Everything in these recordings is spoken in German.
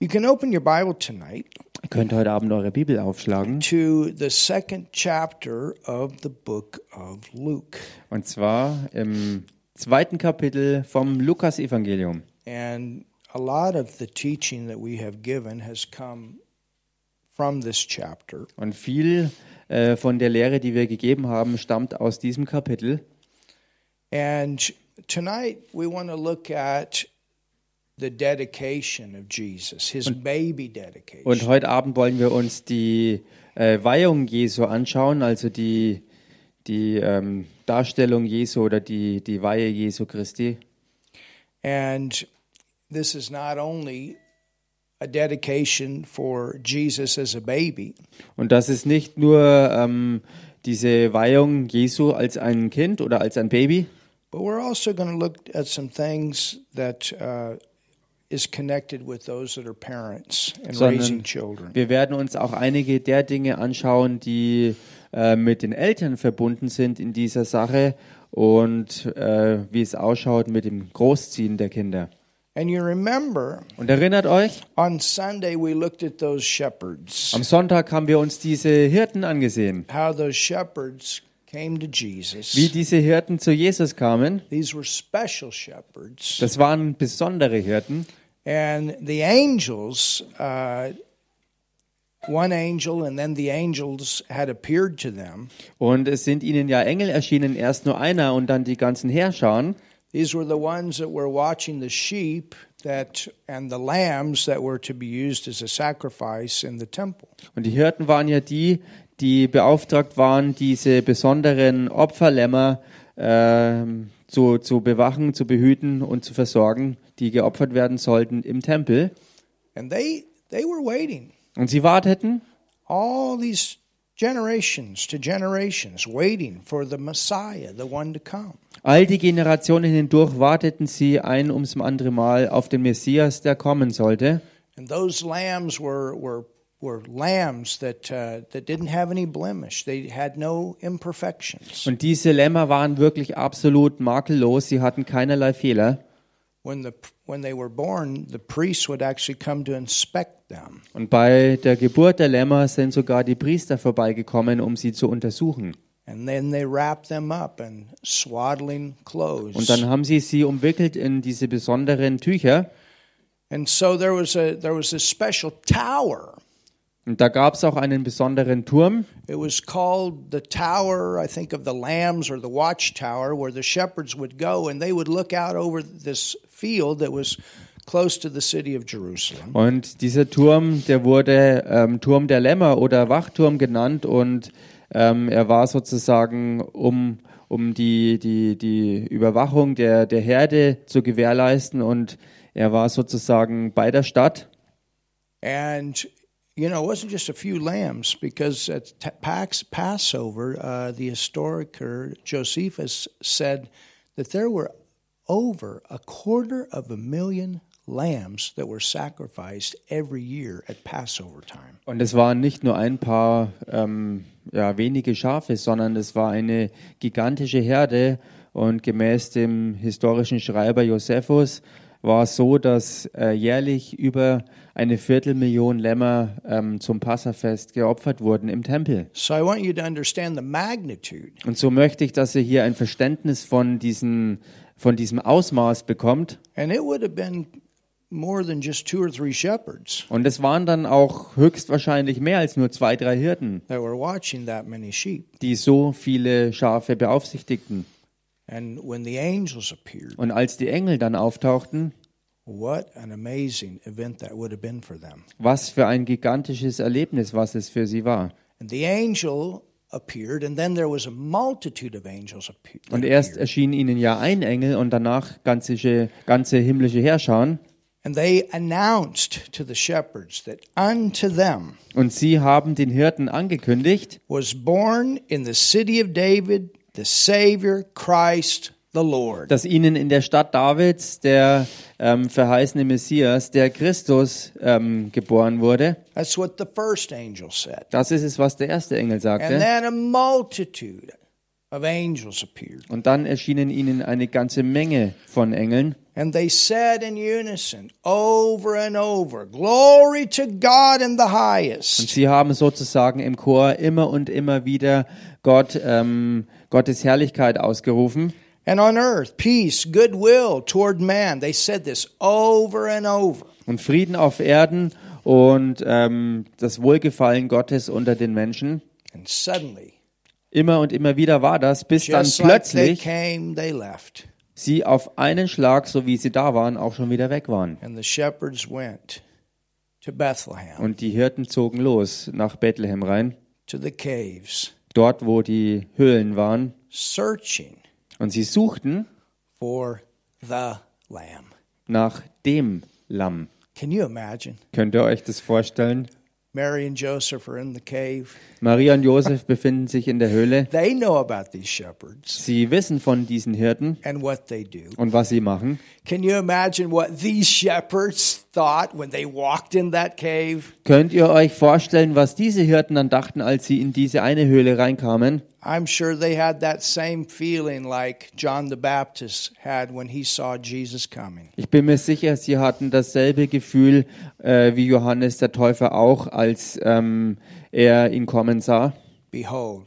You can open your Bible tonight Ihr könnt heute Abend eure Bibel aufschlagen. to the second chapter of the book of Luke. Und zwar im zweiten Kapitel vom Lukas-Evangelium. And a lot of the teaching that we have given has come from this chapter. Und viel äh, von der Lehre, die wir gegeben haben, stammt aus diesem Kapitel. And tonight we want to look at the dedication of Jesus, his baby dedication. Und heute Abend wollen wir uns die äh, Weihung Jesu anschauen, also die, die ähm, Darstellung Jesu oder die, die Weihe Jesu Christi. And this is not only a dedication for Jesus as a baby, Und das ist nicht nur ähm, diese Weihung Jesu als ein Kind oder als ein Baby, but we're also going to look at some things that uh, is connected with those that are parents and Sondern- raising children. Wir werden uns auch einige der Dinge anschauen, die äh, mit den Eltern verbunden sind in dieser Sache und äh, wie es ausschaut mit dem Großziehen der Kinder. And you remember Und erinnert euch, on Sunday we looked at those shepherds, am Sonntag haben wir uns diese Hirten angesehen, how those shepherds came to wie Jesus. diese Hirten zu Jesus kamen. These were special shepherds, Das waren besondere Hirten and the angels. Uh, one angel and then the angels had appeared to them und es sind ihnen ja Engel erschienen, erst nur einer und dann die ganzen Herrscharen. These were the ones that were watching the sheep that and the lambs that were to be used as a sacrifice in the temple. Und die Hirten waren ja die, die beauftragt waren, diese besonderen Opferlämmer ähm, zu, zu bewachen, zu behüten und zu versorgen, die geopfert werden sollten im Tempel. And they they were waiting Und sie warteten all these generations to generations waiting for the Messiah, the one to come. All die Generationen hindurch warteten sie ein ums andere Mal auf den Messias, der kommen sollte. And those lambs were were were lambs that uh, that didn't have any blemish. They had no imperfections. Und diese Lämmer waren wirklich absolut makellos, sie hatten keinerlei Fehler. When the when they were born, the priests would actually come to inspect them. Und bei der Geburt der Lämmer sind sogar die Priester vorbeigekommen, um sie zu untersuchen. And then they wrapped them up in swaddling clothes. Und dann haben sie sie umwickelt in diese besonderen Tücher. and so there was a there was a special tower. Und da gab es auch einen besonderen Turm. It was called the tower, I think, of the lambs or the watchtower, where the shepherds would go and they would look out over this field that was close to the city of Jerusalem. Und dieser Turm, der wurde ähm, Turm der Lämmer oder Wachturm genannt. Und ähm, er war sozusagen, um, um die, die, die Überwachung der, der Herde zu gewährleisten. Und er war sozusagen bei der Stadt. And you know, it wasn't just a few lambs because at t- Pax Passover, uh, the historiker Josephus said that there were over a quarter of a million lambs that were sacrificed every year at Passover time. Und es waren nicht nur ein paar ähm, ja, wenige Schafe, sondern es war eine gigantische Herde. Und gemäß dem historischen Schreiber Josephus war es so, dass äh, jährlich über eine Viertelmillion Lämmer ähm, zum Passafest geopfert wurden im Tempel. So I want you to understand the magnitude. Und so möchte ich, dass ihr hier ein Verständnis von, diesen, von diesem Ausmaß bekommt. And it would have been more than just two or three shepherds Und es waren dann auch höchstwahrscheinlich mehr als nur zwei, drei Hirten, that were watching that many sheep. die so viele Schafe beaufsichtigten. And when the angels appeared, Und als die Engel dann auftauchten, what an amazing event that would have been for them. was für ein gigantisches Erlebnis, was es für sie war. And the angel appeared, and then there was a multitude of angels appe- that Und appeared. erst erschien ihnen ja ein Engel und danach ganze, ganze himmlische Herrscher. and they announced to the shepherds that unto them Und sie haben den Hirten angekündigt, was born in the city of David the Savior Christ the Lord. dass ihnen in der Stadt Davids der ähm, verheißene Messias, der Christus, ähm, geboren wurde. That's what the first angel said. Das ist es, was der erste Engel And sagte. then a multitude of angels appeared. Und dann erschienen ihnen eine ganze Menge von Engeln. And they said in unison, over and over, Glory to God in the Und highest, sie haben sozusagen im Chor immer und immer wieder Gott, ähm, Gottes Herrlichkeit ausgerufen. and on earth, peace, goodwill toward man. They said this over and over. Und Frieden auf Erden und ähm, das Wohlgefallen Gottes unter den Menschen. And suddenly, Immer und immer wieder war das, bis dann just like they plötzlich came, they left. sie auf einen Schlag, so wie sie da waren, auch schon wieder weg waren. And the shepherds went to Bethlehem, Und die Hirten zogen los nach Bethlehem rein, to the caves, dort wo die Höhlen waren. searching Und sie suchten for the Lamb. nach dem Lamm. Can you imagine? Könnt ihr euch das vorstellen? Mary and Joseph are in the cave. Maria und Josef befinden sich in der Höhle. They know about these shepherds Sie wissen von diesen Hirten and what they do. und was sie machen. Can you imagine what these shepherds thought when they walked in that cave? Könnt ihr euch vorstellen, was diese Hirten dann dachten, als sie in diese eine Höhle reinkamen? I'm sure they had that same feeling like John the Baptist had when he saw Jesus coming. Ich bin mir sicher, sie hatten dasselbe Gefühl äh, wie Johannes der Täufer auch, als ähm, er ihn kommen sah. Behold,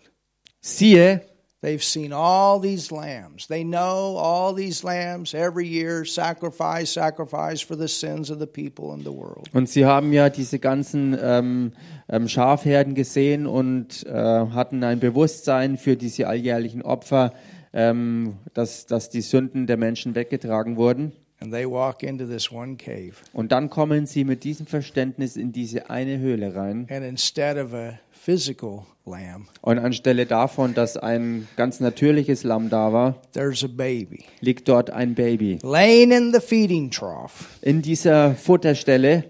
Siehe, they've seen all these lambs. They know all these lambs every year sacrifice, sacrifice for the sins of the people and the world. Und sie haben ja diese ganzen ähm, ähm, Schafherden gesehen und äh, hatten ein Bewusstsein für diese alljährlichen Opfer, ähm, dass, dass die Sünden der Menschen weggetragen wurden. And they walk into this one cave. Und dann kommen sie mit diesem Verständnis in diese eine Höhle rein. And instead of a physical lamb, Und anstelle davon, dass ein ganz natürliches Lamm da war, there's a baby liegt dort ein Baby. laying in the feeding trough, In dieser Futterstelle,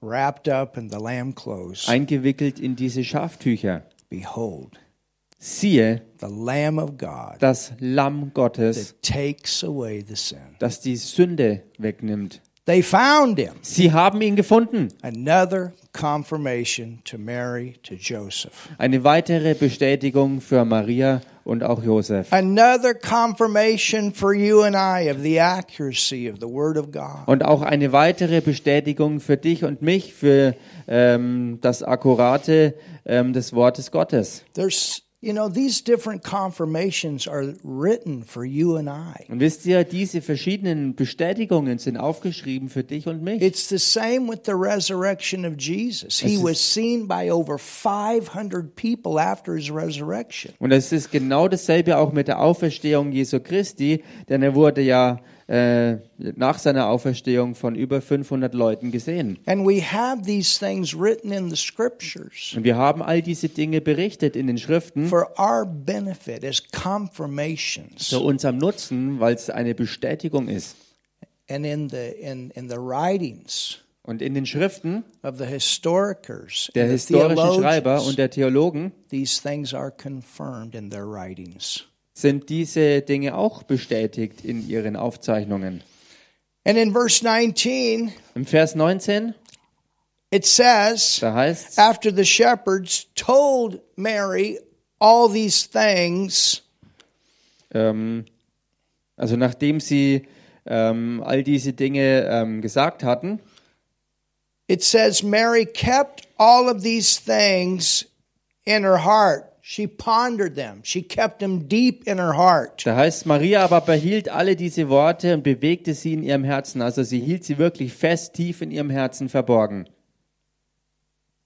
wrapped up in the lamb clothes. eingewickelt in diese Schaftücher. Behold, Siehe, the Lamb of God das Lamm Gottes, that takes away the sin. das die Sünde wegnimmt. They found him. Sie haben ihn gefunden. Another confirmation to Mary, to Joseph. Eine weitere Bestätigung für Maria und auch Josef. Another confirmation for you and I of the accuracy of the Word of God. Und auch eine weitere Bestätigung für dich und mich für ähm, das Akkurate ähm, des Wortes Gottes. There's, you know, these different confirmations are written for you and I. Und wisst ihr, diese verschiedenen Bestätigungen sind aufgeschrieben für dich und mich. It's the same with the resurrection of Jesus. He Es ist- was seen by over 500 people after his resurrection. Und es ist genau dasselbe auch mit der Auferstehung Jesu Christi, denn er wurde ja äh, nach seiner Auferstehung von über 500 Leuten gesehen. And we have these things written in the scriptures. Und wir haben all diese Dinge berichtet in den Schriften for our benefit as confirmations. zu unserem Nutzen, weil es eine Bestätigung ist. and in the in, in the writings Und in den Schriften of the historikers, der and the historischen Schreiber theologians, und der Theologen these things are confirmed in their writings. sind diese Dinge auch bestätigt in ihren Aufzeichnungen. And in verse 19, Im Vers 19, it says, da heißt es, after the shepherds told Mary all these things, ähm, also nachdem sie ähm, all diese Dinge ähm, gesagt hatten, it says Mary kept all of these things in her heart. She pondered them. She kept them deep in her heart. da heißt es, Maria aber behielt alle diese Worte und bewegte sie in ihrem Herzen. Also sie hielt sie wirklich fest, tief in ihrem Herzen verborgen.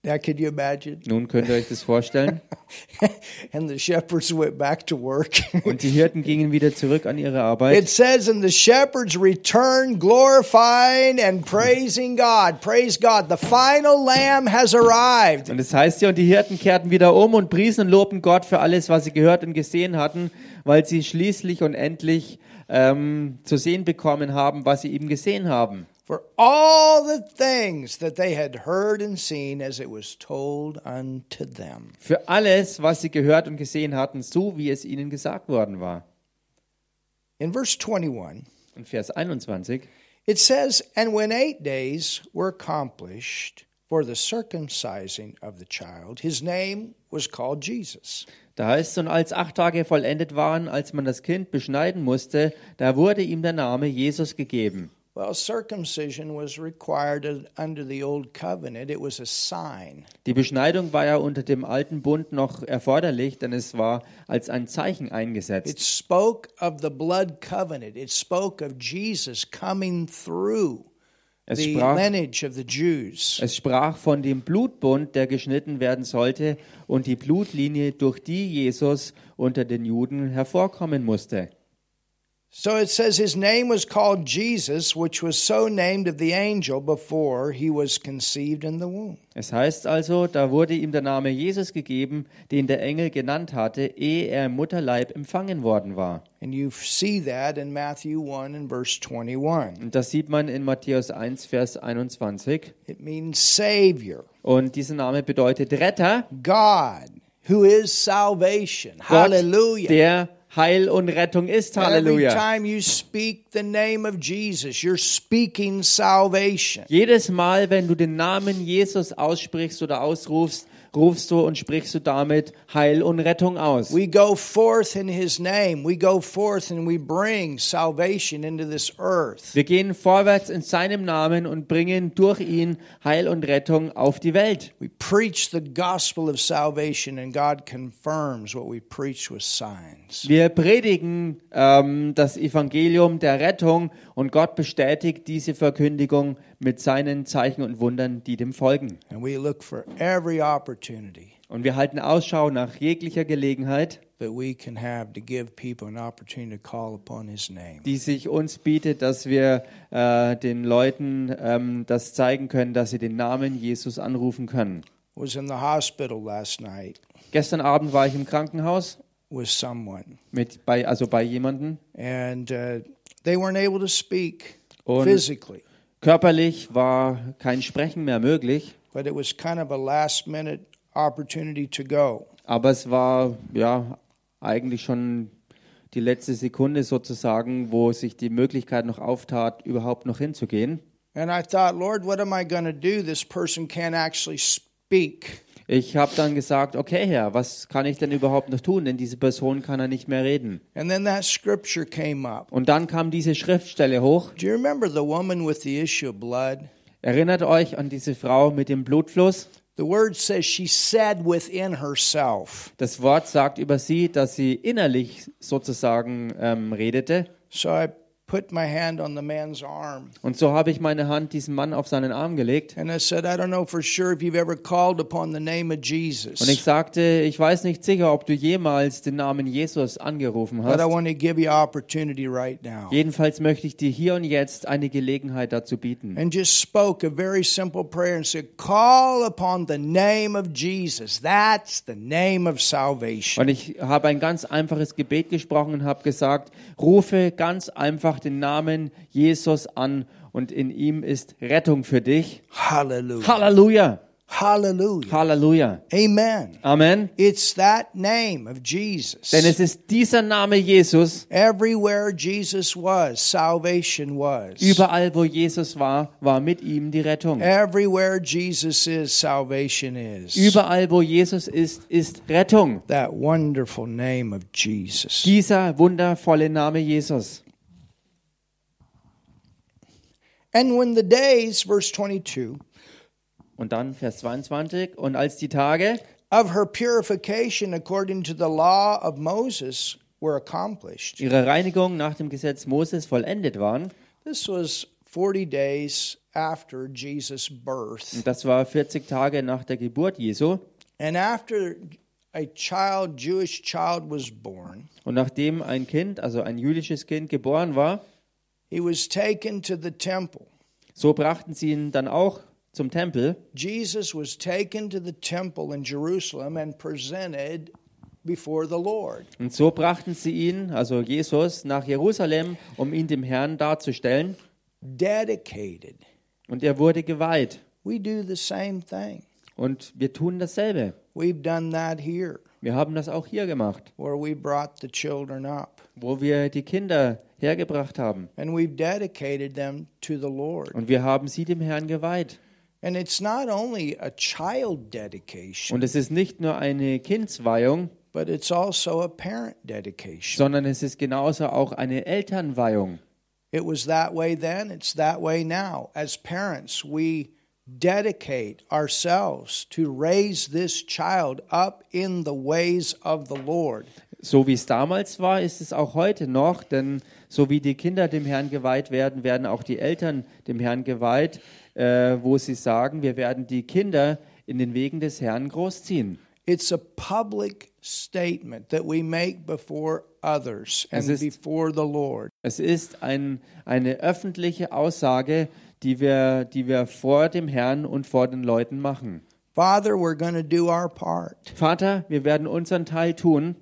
Now, could you imagine? Nun könnt ihr euch das vorstellen. and the shepherds went back to work. Und die Hirten gingen wieder zurück an ihre Arbeit. it says, and the shepherds returned glorifying and praising God. Praise God. The final lamb has arrived. Und es heißt ja, und die Hirten kehrten wieder um und priesen und lobten Gott für alles, was sie gehört und gesehen hatten, weil sie schließlich und endlich ähm, zu sehen bekommen haben, was sie eben gesehen haben. For all the things that they had heard and seen as it was told unto them. Für alles, was sie gehört und gesehen hatten, so wie es ihnen gesagt worden war. In verse 21, Und Vers 21. it says, And when eight days were accomplished for the circumcising of the child. His name was called Jesus. Da heißt es, und als acht Tage vollendet waren, als man das Kind beschneiden musste, da wurde ihm der Name Jesus gegeben. Well, circumcision was required un- under the old covenant. It was a sign. Die Beschneidung war ja unter dem alten Bund noch erforderlich, denn es war als ein Zeichen eingesetzt. It spoke of the blood covenant. It spoke of Jesus coming through Es the sprach, lineage of the Jews. es sprach von dem Blutbund, der geschnitten werden sollte und die Blutlinie, durch die Jesus unter den Juden hervorkommen musste. So it says his name was called Jesus, which was so named of the angel before he was conceived in the womb. Es heißt also, da wurde ihm der Name Jesus gegeben, den der Engel genannt hatte, ehe er im Mutterleib empfangen worden war. And you see that in Matthew 1 and verse 21. Und das sieht man in Matthäus 1, Vers 21. It means Savior, Und dieser Name bedeutet Retter, God, who is salvation. Gott, Hallelujah. der Heil und Rettung ist. Every Halleluja. time you speak the name of Jesus, you're speaking salvation. Jedes Mal, wenn du den Namen Jesus aussprichst oder ausrufst, rufst du und sprichst du damit Heil und Rettung aus. We go forth in his name. We go forth and we bring salvation into this earth. Wir gehen vorwärts in seinem Namen und bringen durch ihn Heil und Rettung auf die Welt. We preach the gospel of salvation, and God confirms what we preach with signs. Wir predigen ähm, das Evangelium der Rettung und Gott bestätigt diese Verkündigung mit seinen Zeichen und Wundern, die dem folgen. And we look for every opportunity Und wir halten Ausschau nach jeglicher Gelegenheit, that we can have to give people an opportunity to call upon his name. die sich uns bietet, dass wir äh, den Leuten ähm, das zeigen können, dass sie den Namen Jesus anrufen können. I was in the hospital last night Gestern Abend war ich im Krankenhaus with someone, mit bei also bei jemandem. and uh, they weren't able to speak Und- physically, Körperlich war kein Sprechen mehr möglich, but it was kind of a last minute opportunity to go. aber es war ja eigentlich schon die letzte Sekunde sozusagen, wo sich die Möglichkeit noch auftat, überhaupt noch hinzugehen. And I thought, Lord, what am I going to do? This person can't actually speak. Ich habe dann gesagt, okay Herr, was kann ich denn überhaupt noch tun, denn diese Person kann ja nicht mehr reden. And then that scripture came up. Und dann kam diese Schriftstelle hoch, Do you remember the woman with the issue of blood? Erinnert euch an diese Frau mit dem Blutfluss. The word says she said within herself. Das Wort sagt über sie, dass sie innerlich sozusagen ähm, redete. So I put my hand on the man's arm Und so habe ich meine Hand diesem Mann auf seinen Arm gelegt. and I said, I don't know for sure if you've ever called upon the name of Und ich Jesus, sagte, ich weiß nicht sicher, ob du jemals den Namen Jesus angerufen but I hast. want to give you opportunity right now. Jedenfalls möchte ich dir hier und jetzt eine Gelegenheit dazu bieten. And just spoke a very simple prayer and said, Call upon the name of Jesus. That's the name of salvation. Und ich habe ein ganz einfaches Gebet gesprochen und habe gesagt, rufe ganz einfach den Namen Jesus an und in ihm ist Rettung für dich. Hallelujah. Halleluja! Hallelujah. Halleluja! Amen. Amen. It's that name of Jesus. Denn es ist dieser Name Jesus. Everywhere Jesus was, salvation was. Überall, wo Jesus war, war mit ihm die Rettung. Everywhere Jesus is, salvation is. Überall, wo Jesus ist, ist Rettung. that wonderful name of Jesus. Dieser wundervolle Name Jesus. And when the days, verse 22, Und dann Vers 22. Und als die Tage of her purification according to the law of Moses were accomplished, ihrer Reinigung nach dem Gesetz Moses vollendet waren, this was 40 days after Jesus' birth. und das war 40 Tage nach der Geburt Jesu, And after a child, Jewish child, was born, und nachdem ein Kind, also ein jüdisches Kind, geboren war, he was taken to the temple. so brachten sie ihn dann auch zum Tempel. Jesus was taken to the temple in Jerusalem and presented before the Lord. Und so brachten sie ihn, also Jesus, nach Jerusalem, um ihn dem Herrn darzustellen. Dedicated. Und er wurde geweiht. We do the same thing. Und wir tun dasselbe. We've done that here, Wir haben das auch hier gemacht, where we brought the children up wo wir die Kinder hergebracht haben. and we've dedicated them to the Lord. Und wir haben sie dem Herrn geweiht. And it's not only a child dedication, Und es ist nicht nur eine Kindsweihung, but it's also a parent dedication. sondern es ist genauso auch eine Elternweihung. It was that way then, it's that way now. As parents, we dedicate ourselves to raise this child up in the ways of the Lord. So wie es damals war, ist es auch heute noch, denn so wie die Kinder dem Herrn geweiht werden, werden auch die Eltern dem Herrn geweiht, äh, wo sie sagen, wir werden die Kinder in den Wegen des Herrn großziehen. It's a public statement that we make before others and Es ist- before the Lord. Es ist ein, eine öffentliche Aussage, die wir, die wir vor dem Herrn und vor den Leuten machen. Father, we're going to do our part Vater, wir werden unseren Teil tun,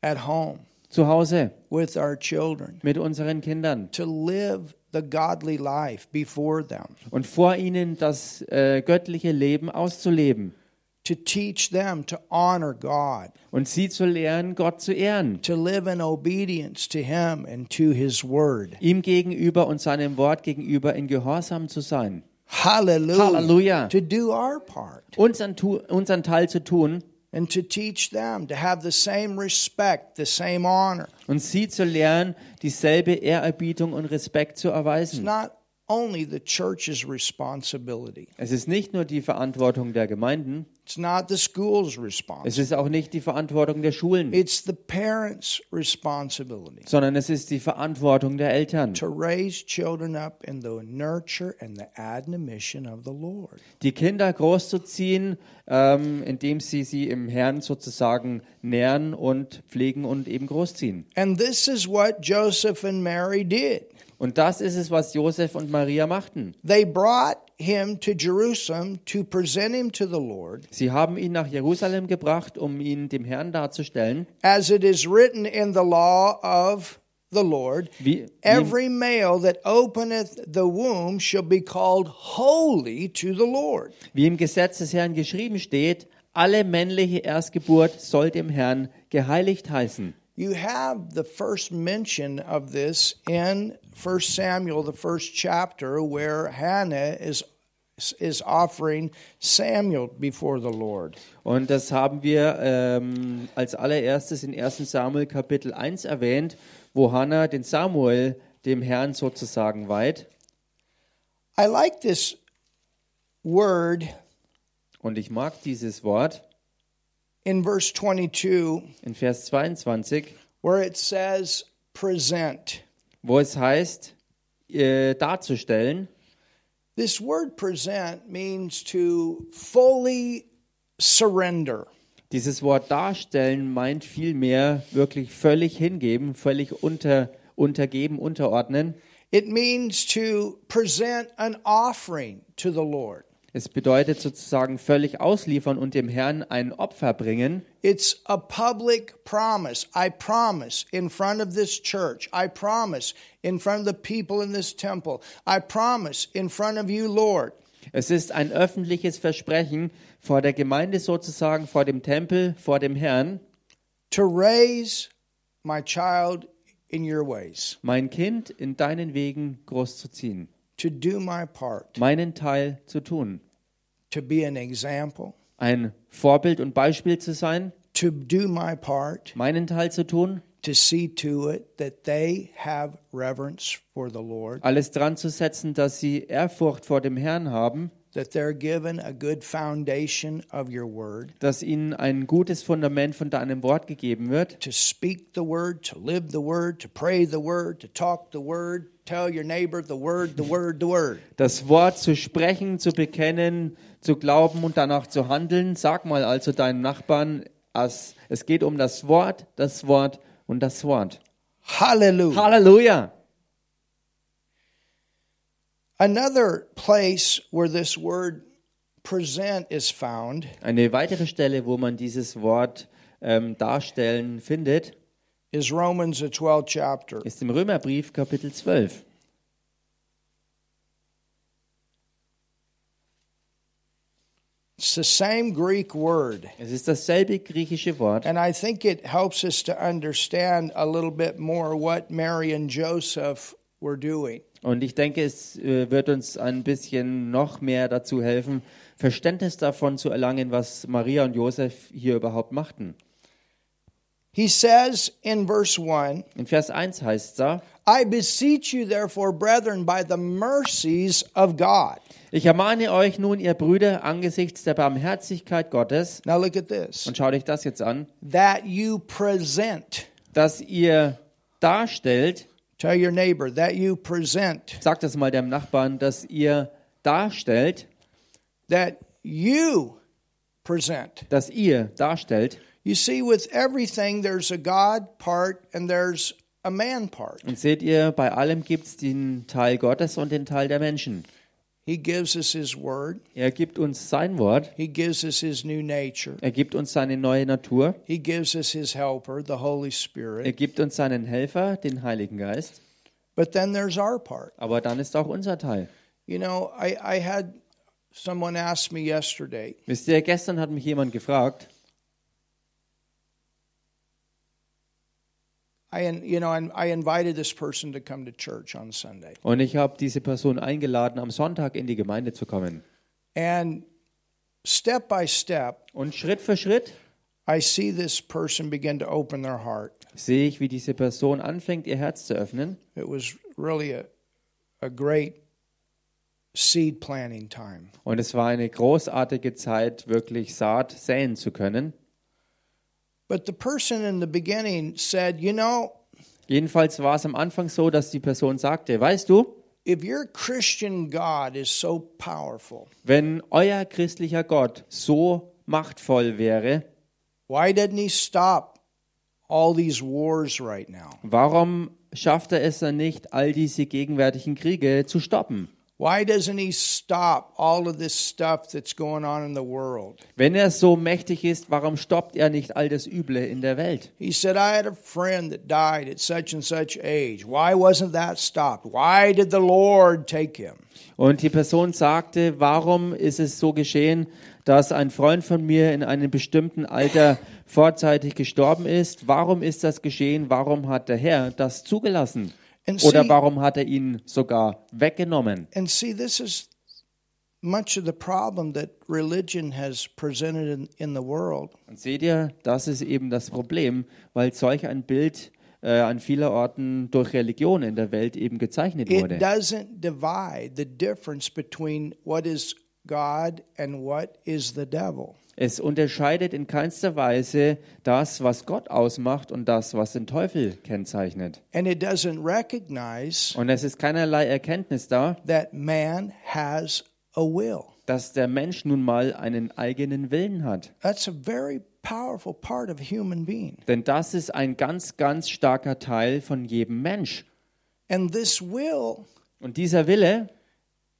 at home zu Hause, with our children mit unseren Kindern to live the godly life before them, und vor ihnen das äh, göttliche Leben auszuleben to teach them to honor God, und sie zu lehren, Gott zu ehren. to live in obedience to Him and to His Word. ihm gegenüber und seinem Wort gegenüber in Gehorsam zu sein, Hallelujah. Hallelujah. To do our part unseren, tu unseren Teil zu tun and to teach them to have the same respect, the same honor. und sie zu lernen, dieselbe Ehrerbietung und Respekt zu It's erweisen. not only the church's responsibility. Es ist nicht nur die Verantwortung der Gemeinden, It's not the school's es responsibility. ist auch nicht die Verantwortung der Schulen, It's the parents' responsibility sondern es ist die Verantwortung der Eltern, to raise children up in the nurture and the admonition of the Lord. die Kinder großzuziehen, ähm, indem sie sie im Herrn sozusagen nähren und pflegen und eben großziehen. And this is what Joseph and Mary did. Und das ist es, was Josef und Maria machten. They brought him to Jerusalem to present him to the Lord, Sie haben ihn nach Jerusalem gebracht, um ihn dem Herrn darzustellen. as it is written in the law of the Lord. Wie, wie, Every male that openeth the womb shall be called holy to the Lord. wie im Gesetz des Herrn geschrieben steht, alle männliche Erstgeburt soll dem Herrn geheiligt heißen. You have the first mention of this in 1 Samuel, the first chapter, where Hannah is, is offering Samuel before the Lord. Und das haben wir ähm, als allererstes in 1 Samuel Kapitel 1 erwähnt, wo Hannah den Samuel dem Herrn sozusagen weiht. I like this word Und ich mag dieses Wort in verse 22 in Vers 22, where it says, present. wo es heißt, äh, darzustellen. This word present means to fully surrender. Dieses Wort darstellen meint vielmehr wirklich völlig hingeben, völlig unter, untergeben, unterordnen. It means to present an offering to the Lord. Es bedeutet sozusagen völlig ausliefern und dem Herrn ein Opfer bringen. It's a public promise. I promise in front of this church. I promise in front of the people in this temple. I promise in front of you, Lord. Es ist ein öffentliches Versprechen vor der Gemeinde sozusagen, vor dem Tempel, vor dem Herrn, to raise my child in your ways, mein Kind in deinen Wegen großzuziehen, to do my part, meinen Teil zu tun, to be an example, ein Vorbild und Beispiel zu sein, to do my part, meinen Teil zu tun, to see to it that they have reverence for the Lord, alles dran zu setzen, dass sie Ehrfurcht vor dem Herrn haben that they're given a good foundation of your word, dass ihnen ein gutes Fundament von deinem Wort gegeben wird, to speak the word, to live the word, to pray the word, to talk the word, tell your neighbor the word, the word, the word. das Wort zu sprechen, zu bekennen, zu glauben und danach zu handeln. Sag mal also deinem Nachbarn, as- es geht um das Wort, das Wort und das Wort. Hallelujah. Halleluja! Another place where this word present is found Eine weitere Stelle, wo man dieses Wort ähm, darstellen findet, is Romans, the 12th chapter. ist im Römerbrief Kapitel 12. It's the same Greek word. Es ist dasselbe griechische Wort. And I think it helps us to understand a little bit more what Mary and Joseph we're doing. Und ich denke, es äh, wird uns ein bisschen noch mehr dazu helfen, Verständnis davon zu erlangen, was Maria und Josef hier überhaupt machten. He says in verse 1 In Vers 1 heißt da, I beseech you, therefore, brethren, by the mercies of God. ich ermahne euch nun, ihr Brüder, angesichts der Barmherzigkeit Gottes, Now look at this und schau dich das jetzt an, that you present, dass ihr darstellt, tell your neighbor, that you present, sagt es mal dem Nachbarn, dass ihr darstellt, that you present. dass ihr darstellt. You see, with everything, there's a God part and there's a man part. Und seht ihr, bei allem gibt es den Teil Gottes und den Teil der Menschen. He gives us His Word, Er gibt uns sein Wort, He gives us His new nature, er gibt uns seine neue Natur, He gives us His helper, the Holy er Spirit. gibt uns seinen Helfer, den Heiligen Geist. But then there's our part. Aber dann ist auch unser Teil. You know, I, I had someone ask me yesterday, Wisst ihr, gestern hat mich jemand gefragt, I, you know, I invited this person to come to church on Sunday. und ich habe diese Person eingeladen, am Sonntag in die Gemeinde zu kommen. And step by step, Und Schritt für Schritt I see this person begin to open their heart. sehe ich, wie diese Person anfängt, ihr Herz zu öffnen. It was really a, a great seed planting time. Und es war eine großartige Zeit, wirklich Saat säen zu können. But the person in the beginning said, You know, Jedenfalls war es am Anfang so, dass die Person sagte, weißt du, if your Christian God is so powerful, wenn euer christlicher Gott so machtvoll wäre, why doesn't he stop all these wars right now? warum schafft er es dann nicht, all diese gegenwärtigen Kriege zu stoppen? Why doesn't he stop all of this stuff that's going on in the world? Wenn er so mächtig ist, warum stoppt er nicht all das Üble in der Welt? He said, I had a friend that died at such and such age. Why wasn't that stopped? Why did the Lord take him? Und die Person sagte, warum ist es so geschehen, dass ein Freund von mir in einem bestimmten Alter vorzeitig gestorben ist? Warum ist das geschehen? Warum hat der Herr das zugelassen? And see, Oder warum hat er ihn sogar weggenommen? and see, this is much of the problem that religion has presented in, in the world. Und seht ihr, das ist eben das Problem, weil solch ein Bild äh, an vieler Orten durch Religion in der Welt eben gezeichnet It wurde. doesn't divide the difference between what is God and what is the devil. Es unterscheidet in keinster Weise das, was Gott ausmacht und das, was den Teufel kennzeichnet. And it doesn't recognize Und es ist keinerlei Erkenntnis da, that man has a will. dass der Mensch nun mal einen eigenen Willen hat. That's a very powerful part of a human being. Denn das ist ein ganz, ganz starker Teil von jedem Mensch. And this will Und dieser Wille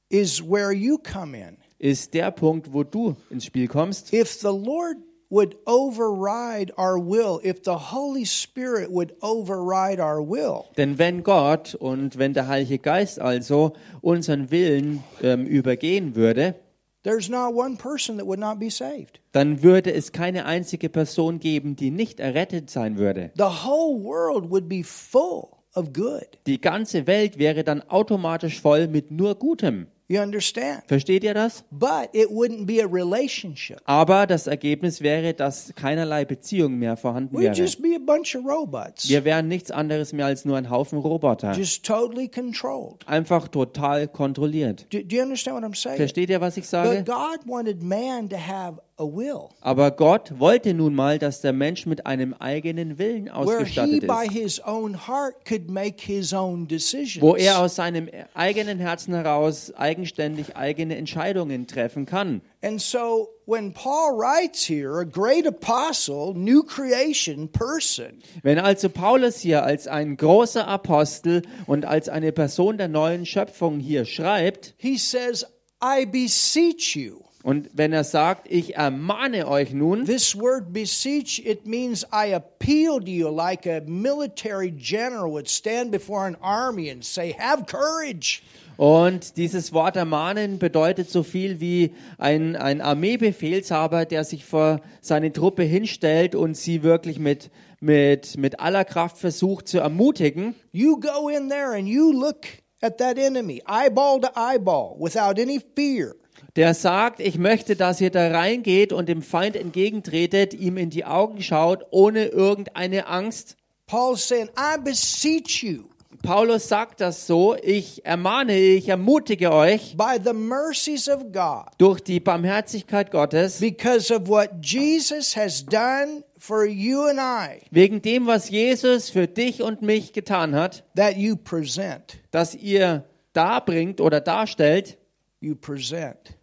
is where you come in. ist der Punkt, wo du ins Spiel kommst. If the Lord would override our will, if the Holy Spirit would override our will, Denn wenn Gott und wenn der Heilige Geist also unseren Willen ähm, übergehen würde, there's not one person that would not be saved. dann würde es keine einzige Person geben, die nicht errettet sein würde. The whole world would be full of good. Die ganze Welt wäre dann automatisch voll mit nur Gutem. You understand? Versteht ihr das? But it wouldn't be a relationship. Aber das Ergebnis wäre, dass keinerlei Beziehung mehr vorhanden We'd wäre. just be a bunch of robots, Wir wären nichts anderes mehr als nur ein Haufen Roboter. just totally controlled. Einfach total kontrolliert. Do, do you understand what I'm saying? Versteht ihr, was ich sage? But God wanted man to have a will Aber Gott wollte nun mal, dass der Mensch mit einem eigenen Willen where he, ausgestattet by ist. his own heart, could make his own decisions. Wo er aus seinem eigenen Herzen heraus eigenständig eigene Entscheidungen treffen kann. And so when Paul writes here, a great apostle, new creation person, Wenn also Paulus hier als ein großer Apostel und als eine Person der neuen Schöpfung hier schreibt, he says, I beseech you. und wenn er sagt, ich ermahne euch nun, This word beseech, it means I appeal to you like a military general would stand before an army and say, Have courage. Und dieses Wort ermahnen bedeutet so viel wie ein, ein Armeebefehlshaber, der sich vor seine Truppe hinstellt und sie wirklich mit, mit, mit aller Kraft versucht zu ermutigen. You go in there and you look at that enemy eyeball to eyeball without any fear. Der sagt, ich möchte, dass ihr da reingeht und dem Feind entgegentretet, ihm in die Augen schaut, ohne irgendeine Angst. Paul's saying, I beseech you Paulus sagt das so, ich ermahne, ich ermutige euch by the mercies of God durch die Barmherzigkeit Gottes, because of what Jesus has done for you and I wegen dem, was Jesus für dich und mich getan hat, that you present. dass ihr darbringt oder darstellt, You present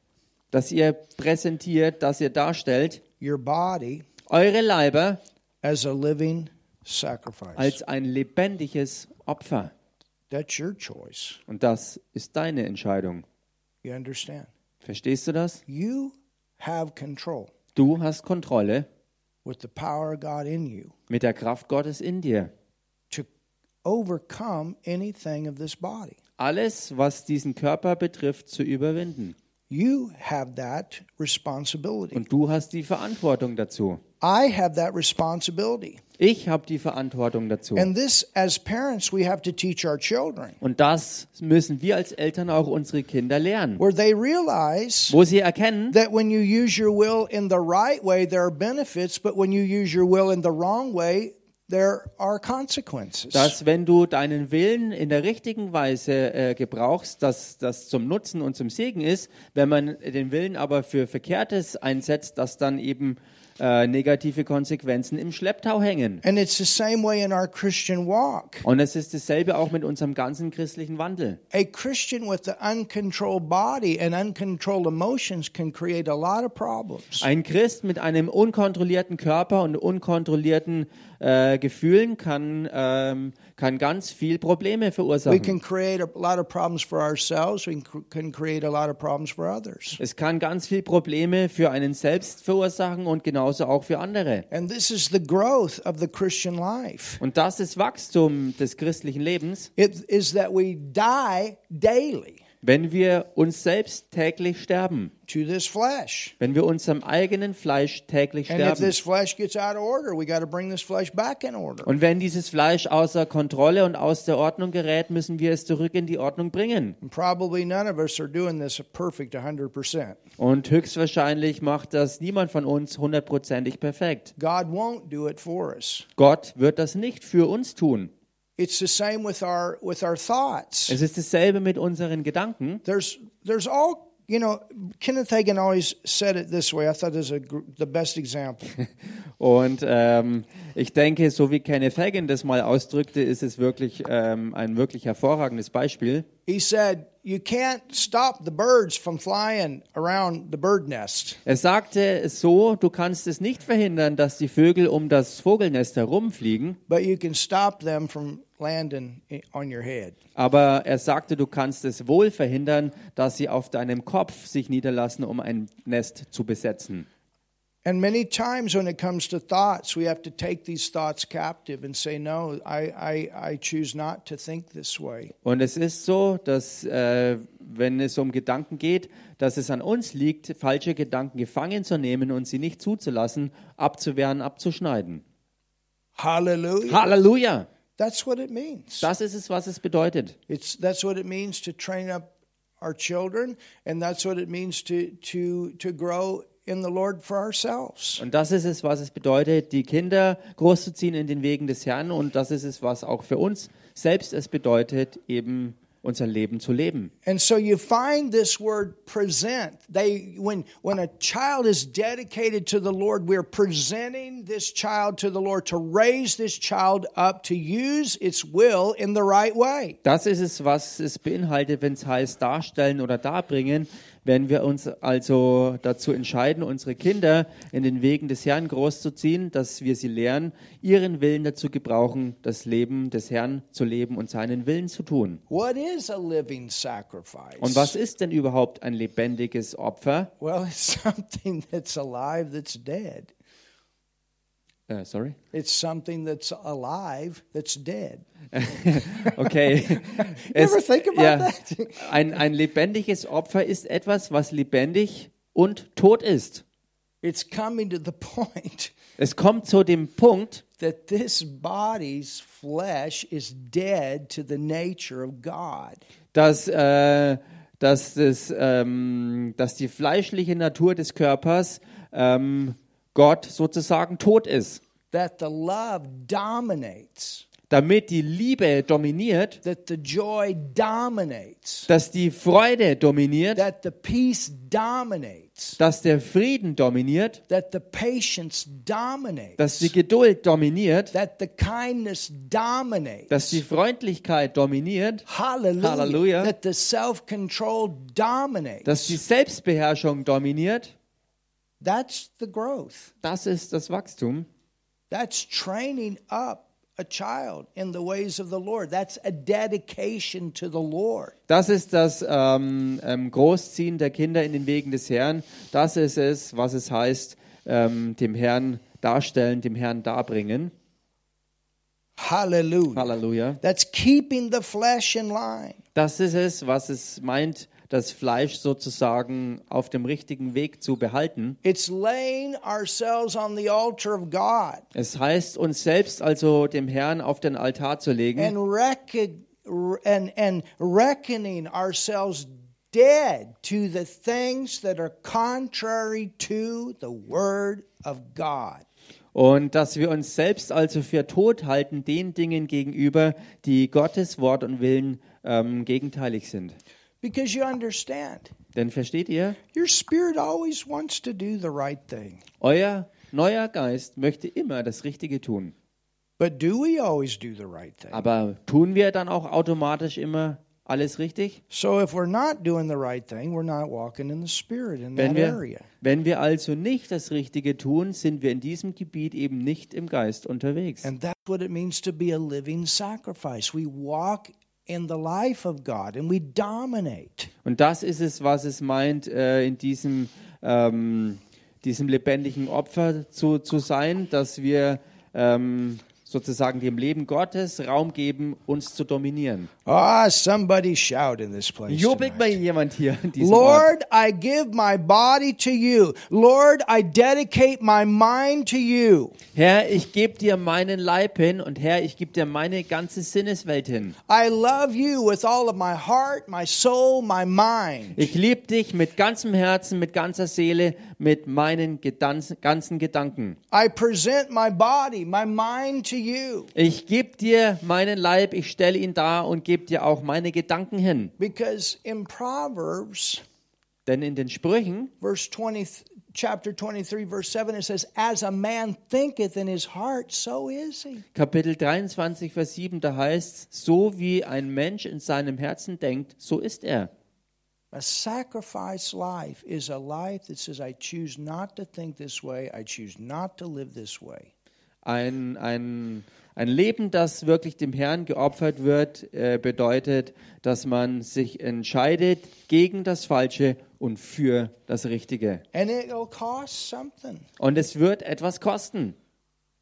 dass ihr präsentiert, dass ihr darstellt, your body eure Leiber as a living sacrifice. als ein lebendiges Opfer. That's your choice. Und das ist deine Entscheidung. You understand? Verstehst du das? You have control Du hast Kontrolle with the power of God in you mit der Kraft Gottes in dir. to overcome anything of this body. Alles, was diesen Körper betrifft, zu überwinden. You have that responsibility. Und du hast die Verantwortung dazu. I have that responsibility. Ich habe die Verantwortung dazu. And this, as parents, we have to teach our children Und das müssen wir als Eltern auch unsere Kinder lernen. where they realize Wo sie erkennen, that when you use your will in the right way, there are benefits, but when you use your will in the wrong way, there are consequences. dass wenn du deinen Willen in der richtigen Weise äh, gebrauchst, dass das zum Nutzen und zum Segen ist, wenn man den Willen aber für Verkehrtes einsetzt, dass dann eben äh, negative Konsequenzen im Schlepptau hängen. and it's the same way in our Christian walk. Und es ist dasselbe auch mit unserem ganzen christlichen Wandel. A Christian with an uncontrolled body and uncontrolled emotions can create a lot of problems. Ein Christ mit einem unkontrollierten Körper und unkontrollierten äh, Gefühlen kann, ähm, kann ganz viel Probleme We verursachen. can create a lot of problems for ourselves. We can cr- can create a lot of problems for others. es kann ganz viel Probleme für einen selbst verursachen und genauso auch für andere. And this is the growth of the Christian life. Und das ist Wachstum des christlichen Lebens, It is that we die daily wenn wir uns selbst täglich sterben, to this flesh. wenn wir unserem eigenen Fleisch täglich And if sterben. this flesh gets out of order, we got to bring this flesh back in order. Und wenn dieses Fleisch außer Kontrolle und aus der Ordnung gerät, müssen wir es zurück in die Ordnung bringen. And probably none of us are doing this a perfect 100%. Und höchstwahrscheinlich macht das niemand von uns hundertprozentig perfekt. God won't do it for us. Gott wird das nicht für uns tun. It's the same with our with our thoughts. Es ist dasselbe mit unseren Gedanken. There's there's all you know. Kenneth Hagin always said it this way. I thought this is a, gr- the best example. Und ähm, ich denke, so wie Kenneth Hagin das mal ausdrückte, ist es wirklich ähm, ein wirklich hervorragendes Beispiel. He said, "You can't stop the birds from flying around the bird nest, Er sagte es so, du kannst es nicht verhindern, dass die Vögel um das Vogelnest herumfliegen, but you can stop them from landing i- on your head." aber er sagte, du kannst es wohl verhindern, dass sie auf deinem Kopf sich niederlassen, um ein Nest zu besetzen. And many times when it comes to thoughts, we have to take these thoughts captive and say, No, I, I, I choose not to think this way. Und es ist so, dass äh, wenn es um Gedanken geht, dass es an uns liegt, falsche Gedanken gefangen zu nehmen und sie nicht zuzulassen, abzuwehren, abzuschneiden. Hallelujah. Halleluja! That's what it means. Das ist es, was es bedeutet. It's, that's what it means to train up our children, and that's what it means to, to, to grow in the Lord for ourselves. Und das ist es, was es bedeutet, die Kinder großzuziehen in den Wegen des Herrn. Und das ist es, was auch für uns selbst es bedeutet, eben unser Leben zu leben. And so you find this word present. They when when a child is dedicated to the Lord, we're presenting this child to the Lord to raise this child up to use its will in the right way. Das ist es, was es beinhaltet, wenn es heißt darstellen oder darbringen. Wenn wir uns also dazu entscheiden, unsere Kinder in den Wegen des Herrn großzuziehen, dass wir sie lernen, ihren Willen dazu gebrauchen, das Leben des Herrn zu leben und seinen Willen zu tun. What is a living sacrifice? Und was ist denn überhaupt ein lebendiges Opfer? Well, it's something that's alive that's dead. Äh, sorry? It's something that's alive that's dead. Okay. ever think about that? Ein, ein lebendiges Opfer ist etwas, was lebendig und tot ist. It's coming to the point Es kommt zu dem Punkt, that this body's flesh is dead to the nature of God. dass, äh, dass, das, ähm, dass die fleischliche Natur des Körpers ähm, Gott sozusagen tot ist. That the love dominates, Damit die Liebe dominiert, that the joy dominates, dass die Freude dominiert, that the peace dominates, dass der Frieden dominiert, that the patience dominates, dass die Geduld dominiert, that the kindness dominates. dass die Freundlichkeit dominiert, Hallelujah. Hallelujah. That the self control dominates. dass die Selbstbeherrschung dominiert. That's the growth. Das ist das Wachstum. That's training up a child in the ways of the Lord. That's a dedication to the Lord. Das ist das ähm, ähm, Großziehen der Kinder in den Wegen des Herrn. Das ist es, was es heißt, ähm, dem Herrn darstellen, dem Herrn darbringen. Hallelujah. Halleluja. That's keeping the flesh in line. Das ist es, was es meint, das Fleisch sozusagen auf dem richtigen Weg zu behalten. It's laying ourselves on the altar of God Es heißt, uns selbst also dem Herrn auf den Altar zu legen and, recog and, and reckoning ourselves dead to the things that are contrary to the Word of God. und dass wir uns selbst also für tot halten den Dingen gegenüber, die Gottes Wort und Willen ähm, gegenteilig sind. Because you understand, Denn versteht ihr? your spirit always wants to do the right thing. Euer neuer Geist möchte immer das Richtige tun. But do we always do the right thing? Aber tun wir dann auch automatisch immer alles richtig? So if we're not doing the right thing, we're not walking in the spirit in Wenn that wir, area. wenn wir also nicht das Richtige tun, sind wir in diesem Gebiet eben nicht im Geist unterwegs. And that's what it means to be a living sacrifice. We walk in the life of God and we dominate. Und das ist es, was es meint, äh, in diesem, ähm, diesem lebendigen Opfer zu, zu sein, dass wir ähm, sozusagen dem Leben Gottes Raum geben, uns zu dominieren. Ah, somebody shout in this place. Jubelt mal tonight. jemand hier in diesem Ort. Lord, I give my body to you. Lord, I dedicate my mind to you. Herr, ich gebe dir meinen Leib hin und Herr, ich gebe dir meine ganze Sinneswelt hin. I love you with all of my heart, my soul, my mind. Ich liebe dich mit ganzem Herzen, mit ganzer Seele, mit meinen Gedan ganzen Gedanken. I present my body, my mind to you Ich gebe dir meinen Leib, ich stelle ihn dar und gebe dir auch meine Gedanken hin. because in Proverbs Denn in den Sprüchen, verse 20 chapter 23 verse 7 it says as a man thinketh in his heart so is he. Kapitel 23, Vers 7, da heißt es, so wie ein Mensch in seinem Herzen denkt, so ist er. A sacrifice life is a life that says I choose not to think this way, I choose not to live this way. Ein, ein, ein Leben, das wirklich dem Herrn geopfert wird, äh, bedeutet, dass man sich entscheidet gegen das Falsche und für das Richtige. And it'll cost something. Und es wird etwas kosten.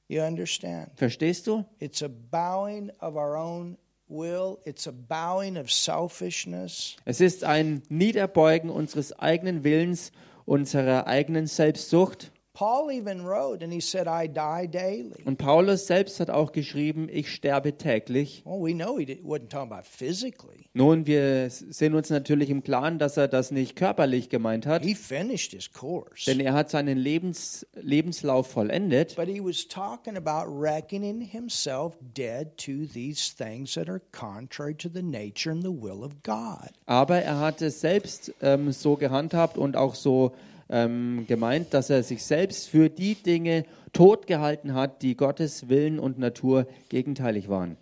You understand? Verstehst du? It's a bowing of our own will. It's a bowing of selfishness. Es ist ein Niederbeugen unseres eigenen Willens, unserer eigenen Selbstsucht. Paul even wrote and he said, I die daily. Und Paulus selbst hat auch geschrieben, ich sterbe täglich. Well, we know he didn't, wasn't talking about physically. Nun, wir sind uns natürlich im Klaren, dass er das nicht körperlich gemeint hat, He finished his course. denn er hat seinen Lebens Lebenslauf vollendet. But he was talking about reckoning himself dead to these things that are contrary to the nature and the will of God. Aber er hat es selbst ähm, so gehandhabt und auch so ähm, gemeint, dass er sich selbst für die Dinge tot gehalten hat, die Gottes Willen und Natur gegenteilig waren.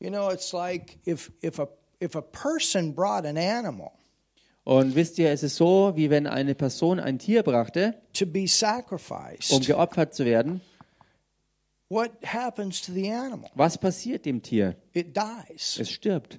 You know, it's like if, if, a, if a person brought an animal Und wisst ihr, es ist so, wie wenn eine Person ein Tier brachte, to be um sacrificed, geopfert zu werden. what happens to the animal? Was passiert dem Tier? It dies. Es stirbt.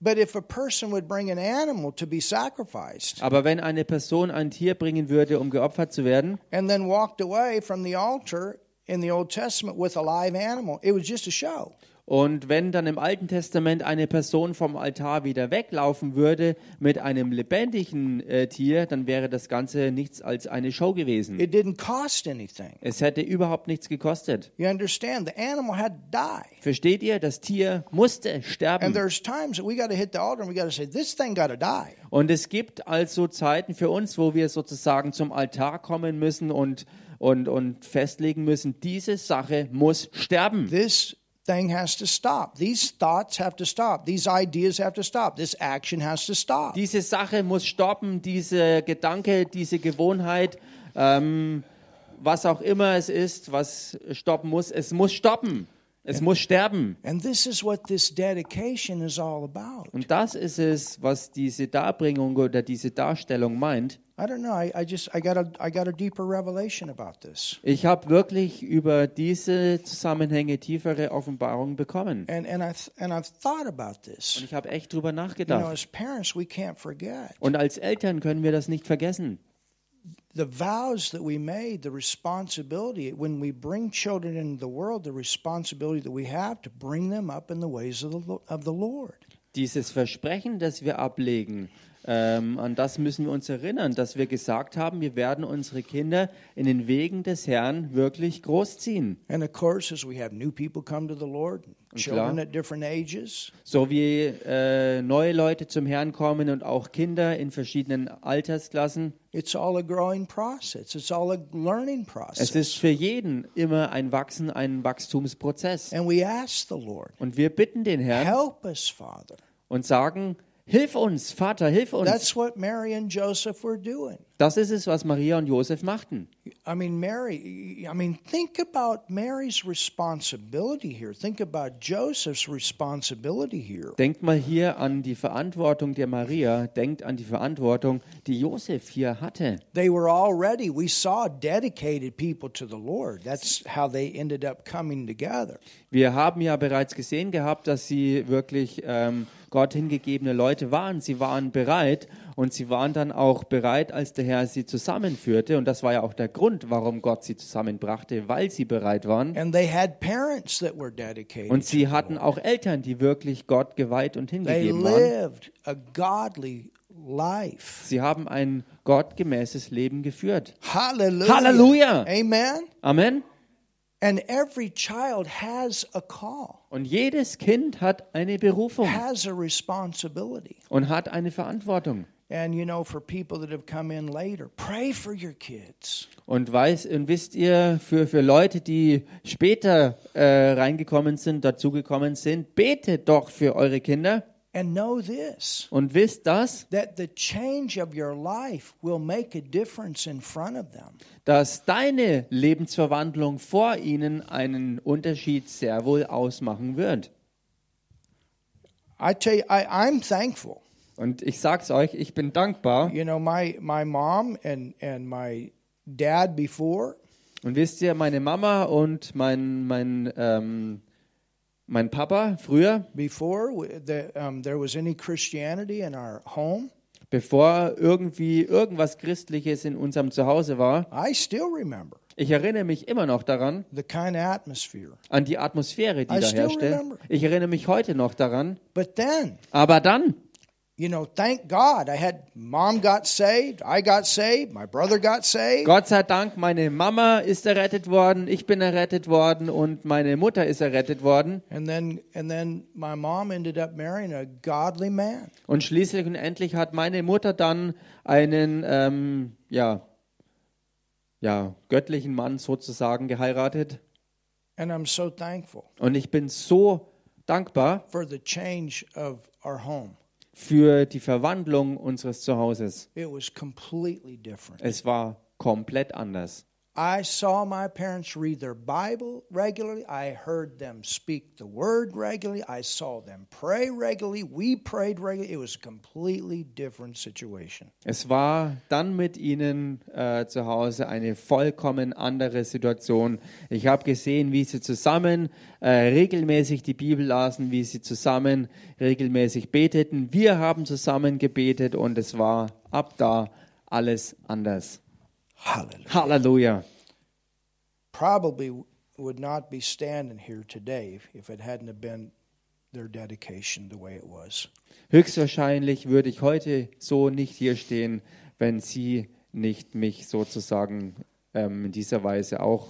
But if a person would bring an animal to be sacrificed Aber wenn eine Person ein Tier bringen würde, um geopfert zu werden, and then walked away from the altar, in the Old Testament with a live animal. It was just a show. Und wenn dann im Alten Testament eine Person vom Altar wieder weglaufen würde mit einem lebendigen äh, Tier, dann wäre das Ganze nichts als eine Show gewesen. It didn't cost anything. Es hätte überhaupt nichts gekostet. You understand? The animal had to die. Versteht ihr? Das Tier musste And sterben. there's times that we got to hit the altar and we got to say, this thing got to die. Und es gibt also Zeiten für uns, wo wir sozusagen zum Altar kommen müssen und, und, und festlegen müssen, diese Sache muss sterben. This thing has to stop. These thoughts have to stop. These ideas have to stop. This action has to stop. Diese Sache muss stoppen, diese Gedanke, diese Gewohnheit, ähm, was auch immer es ist, was stoppen muss, es muss stoppen. Es muss sterben. And this is what this dedication is all about. Und das ist es, was diese Darbringung oder diese Darstellung meint. I don't know. I, I just I got a I got a deeper revelation about this. Ich habe wirklich über diese Zusammenhänge tiefere Offenbarungen bekommen. And and I th- and I've thought about Und this. ich habe echt drüber nachgedacht. You know, as parents, we can't forget Und als Eltern können wir das nicht vergessen. the vows that we made, the responsibility when we bring children into the world, the responsibility that we have to bring them up in the ways of the Lo- of the Lord. Dieses Versprechen, das wir ablegen, ähm, an das müssen wir uns erinnern, dass wir gesagt haben, wir werden unsere Kinder in den Wegen des Herrn wirklich großziehen. And of course, as we have new people come to the Lord, children klar. at different ages, So wie äh, neue Leute zum Herrn kommen und auch Kinder in verschiedenen Altersklassen. it's all a growing process. It's all a learning Es process. ist für jeden immer ein Wachsen, ein Wachstumsprozess. And we ask the Lord, Und wir bitten den Herrn help us, Father. und sagen, hilf uns, Vater, hilf uns. That's what Mary and Joseph were doing. Das ist es, was Maria und Josef machten. I mean, Mary, I mean, think about Mary's responsibility here. Think about Joseph's responsibility here. Denkt mal hier an die Verantwortung der Maria, denkt an die Verantwortung, die Josef hier hatte. They were already, we saw dedicated people to the Lord. That's how they ended up coming together. Wir haben ja bereits gesehen gehabt, dass sie wirklich ähm, Gott hingegebene Leute waren. Sie waren bereit und sie waren dann auch bereit, als der Herr sie zusammenführte. Und das war ja auch der Grund, warum Gott sie zusammenbrachte, weil sie bereit waren. And they had parents that were dedicated. Und to sie the hatten Lord. auch Eltern, die wirklich Gott geweiht und They hingegeben waren. lived a godly life. Sie haben ein gottgemäßes Leben geführt. Hallelujah. Hallelujah. Amen. Amen. And every child has a call, Und jedes Kind hat eine Berufung. has a responsibility. und hat eine Verantwortung And you know, for people that have come in later, pray for your kids. und weiß und wisst ihr für für Leute, die später äh, reingekommen sind, dazugekommen sind, betet doch für eure Kinder And know this und wisst das, that the change of your life will make a difference in front of them. dass deine Lebensverwandlung vor ihnen einen Unterschied sehr wohl ausmachen wird. I tell you, I, I'm thankful. Und ich sag's euch, ich bin dankbar. You know, my, my mom and, and my dad before, Und wisst ihr, meine Mama und mein mein ähm, mein Papa früher before w- the, um, there was any Christianity in our home, Bevor irgendwie irgendwas Christliches in unserem Zuhause war, I still remember ich erinnere mich immer noch daran, the kind of atmosphere. an die Atmosphäre, die I da still herrschte. remember. Ich erinnere mich heute noch daran. But then, Aber dann, you know, thank God I had mom got saved, I got saved, my brother got saved. Gott sei Dank, meine Mama ist errettet worden, ich bin errettet worden und meine Mutter ist errettet worden. And then, and then my mom ended up marrying a godly man. Und schließlich und endlich hat meine Mutter dann einen, ähm, ja, ja, göttlichen Mann sozusagen geheiratet. And I'm so thankful Und ich bin so dankbar. for the change of our home. für die Verwandlung unseres Zuhauses. It was completely different. Es war komplett anders. I saw my parents read their Bible regularly. I heard them speak the word regularly. I saw them pray regularly. We prayed regularly. It was a completely different situation. Es war dann mit ihnen äh, zu Hause eine vollkommen andere Situation. Ich habe gesehen, wie sie zusammen äh, regelmäßig die Bibel lasen, wie sie zusammen regelmäßig beteten. Wir haben zusammen gebetet und es war ab da alles anders. Hallelujah. Halleluja. Probably would not be standing here today if it hadn't have been their dedication the way it was. Höchstwahrscheinlich würde ich heute so nicht hier stehen, wenn Sie nicht mich sozusagen ähm, in dieser Weise auch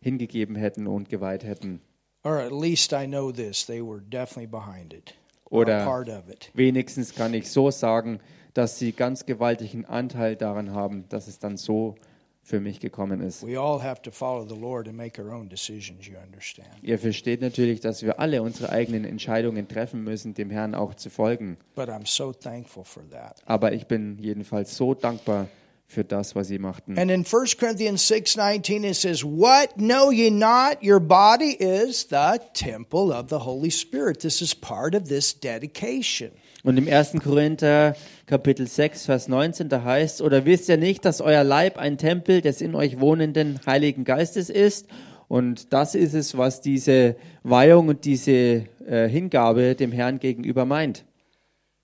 hingegeben hätten und geweiht hätten. Or at least I know this, they were definitely behind it, or a Oder part of it. wenigstens kann ich so sagen, dass Sie ganz gewaltigen Anteil daran haben, dass es dann so für mich gekommen ist. We all have to follow the Lord and make our own decisions, you understand. Ihr versteht natürlich, dass wir alle unsere eigenen Entscheidungen treffen müssen, dem Herrn auch zu folgen. But I'm so thankful for that. Aber ich bin jedenfalls so dankbar für das, was Sie machten. And in 1 Corinthians 6 19, it says, What know ye not? Your body is the temple of the Holy Spirit. This is part of this dedication. Und im 1. Korinther Kapitel 6, Vers 19, da heißt, oder wisst ihr nicht, dass euer Leib ein Tempel des in euch wohnenden Heiligen Geistes ist? Und das ist es, was diese Weihung und diese äh, Hingabe dem Herrn gegenüber meint.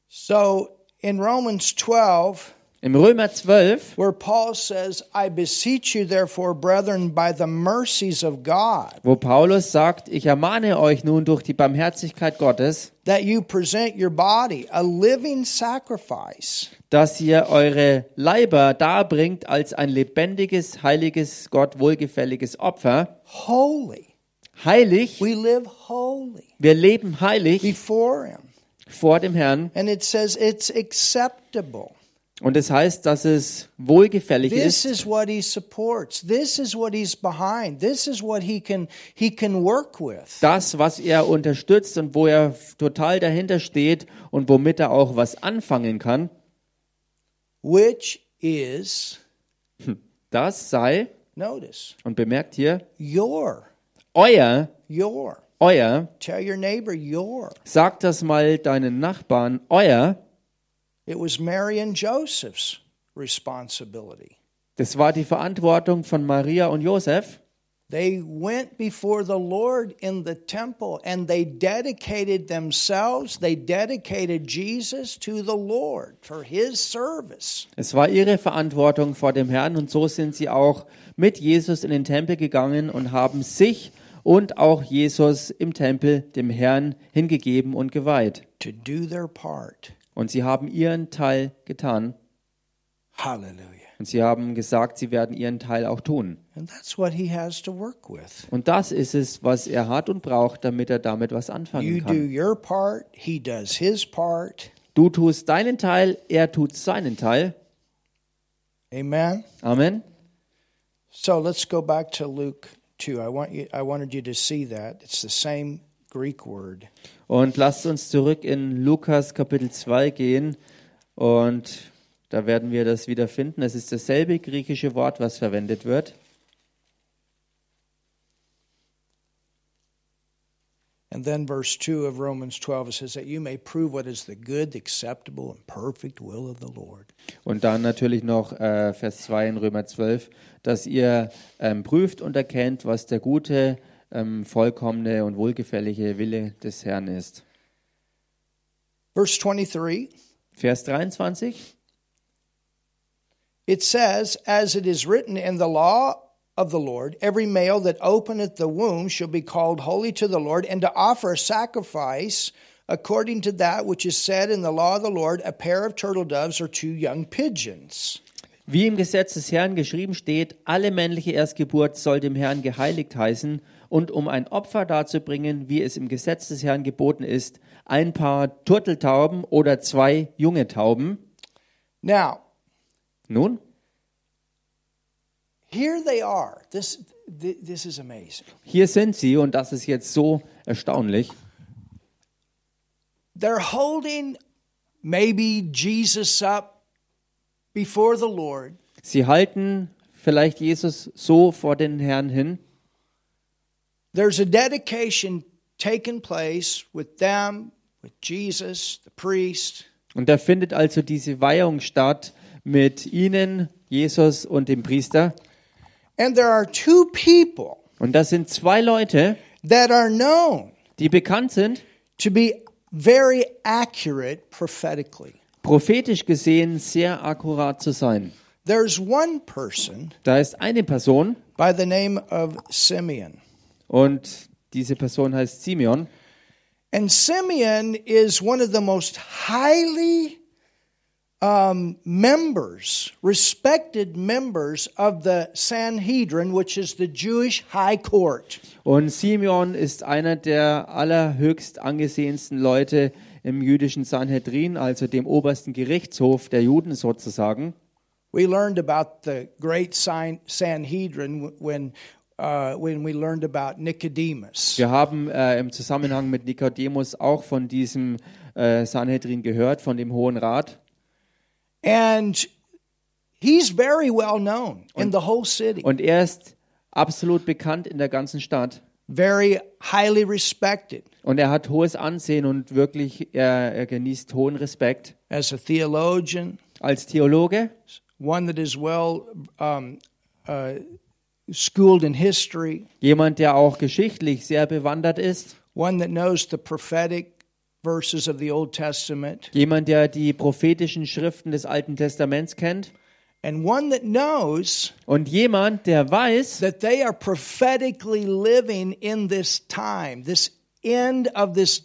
So in Romans 12, Im Römer 12, where Paul says, I beseech you, therefore, brethren, by the mercies of God, wo Paulus sagt, ich ermahne euch nun durch die Barmherzigkeit Gottes, that you present your body a living sacrifice. dass ihr eure Leiber darbringt als ein lebendiges, heiliges, Gott wohlgefälliges Opfer. holy. Heilig, We live holy wir leben heilig. before Him. vor dem Herrn. And it says it's acceptable. Und das heißt, dass es wohlgefällig This ist. is what He supports. This is what He's behind. This is what He can He can work with. Das, was er unterstützt und wo er total dahinter steht und womit er auch was anfangen kann, Which is das sei, notice und bemerkt hier, your euer, your. euer, Tell your neighbor your. sag das mal deinen Nachbarn, euer, It was Mary and Joseph's responsibility. das war die Verantwortung von Maria und Josef. They went before the Lord in the temple and they dedicated themselves, they dedicated Jesus to the Lord for his service. Es war ihre Verantwortung vor dem Herrn und so sind sie auch mit Jesus in den Tempel gegangen und haben sich und auch Jesus im Tempel dem Herrn hingegeben und geweiht. To do their part. Und sie haben ihren Teil getan Hallelujah. und sie haben gesagt, sie werden ihren Teil auch tun. And that's what he has to work with. Und das ist es, was er hat und braucht, damit er damit was anfangen You do kann. your part, he does his part. Du tust deinen Teil, er tut seinen Teil. Amen. Amen. So let's go back to Luke 2. I want you I wanted you to see that. It's the same Greek word. Und lasst uns zurück in Lukas Kapitel 2 gehen und da werden wir das wieder finden. Es ist dasselbe griechische Wort, was verwendet wird. And then verse 2 of Romans 12 it says that you may prove what is the good, acceptable, and perfect will of the Lord. Und dann natürlich noch äh, Vers 2 in Römer 12, dass ihr ähm, prüft und erkennt, was der gute, ähm, vollkommene und wohlgefällige Wille des Herrn ist. Verse 23, Vers 23. it says, As it is written in the law of the Lord, every male that openeth the womb shall be called holy to the Lord, and to offer a sacrifice according to that which is said in the law of the Lord, a pair of turtle doves or two young pigeons. Wie im Gesetz des Herrn geschrieben steht, alle männliche Erstgeburt soll dem Herrn geheiligt heißen und um ein Opfer darzubringen, wie es im Gesetz des Herrn geboten ist, ein paar Turteltauben oder zwei junge Tauben. Now, Nun, here they are. This, th- this is amazing. hier sind sie und das ist jetzt so erstaunlich. they're holding maybe Jesus up before the Lord, Sie halten vielleicht Jesus so vor den Herrn hin. there's a dedication taking place with them, with Jesus, the priest. Und da findet also diese Weihung statt mit ihnen, Jesus und dem Priester. And there are two people Und das sind zwei Leute, that are known die bekannt sind, to be very accurate prophetically. prophetisch gesehen sehr akkurat zu sein. There's one person Da ist eine Person by the name of Simeon. Und diese Person heißt Simeon. And Simeon is one of the most highly um, members, respected members of the Sanhedrin, which is the Jewish high court. Und Simeon ist einer der allerhöchst angesehensten Leute im jüdischen Sanhedrin, also dem obersten Gerichtshof der Juden sozusagen. We learned about the great San- Sanhedrin when, uh, when we learned about Nicodemus. Wir haben äh, im Zusammenhang mit Nikodemus auch von diesem äh, Sanhedrin gehört, von dem Hohen Rat. And he's very well known in the whole city, Und er ist absolut bekannt in der ganzen Stadt. very highly respected Und er hat hohes Ansehen und wirklich, äh, er, er genießt hohen Respekt. as a theologian, Als Theologe, one that is well um, uh, schooled in history, jemand, der auch geschichtlich sehr bewandert ist, one that knows the prophetic verses of the Old Testament, jemand, der die prophetischen Schriften des Alten Testaments kennt and one that knows und jemand, der weiß, that they are prophetically living in this time, this end of this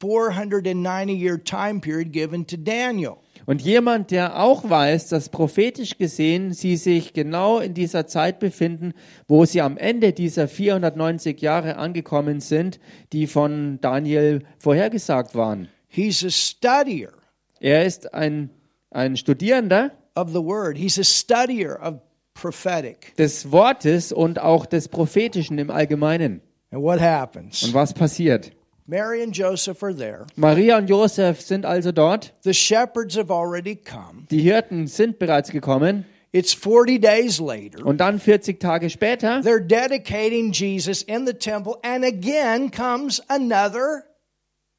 490 year time period given to Daniel. Und jemand, der auch weiß, dass prophetisch gesehen sie sich genau in dieser Zeit befinden, wo sie am Ende dieser 490 Jahre angekommen sind, die von Daniel vorhergesagt waren. He's a studier Er ist ein, ein Studierender of the word, he's a studier of prophetic. des Wortes und auch des Prophetischen im Allgemeinen. And what happens? Und was passiert? Mary and Joseph are there. Maria und Josef sind also dort. The shepherds have already come. Die Hirten sind bereits gekommen. It's 40 days later. Und dann 40 Tage später They're dedicating Jesus in the temple, and again comes another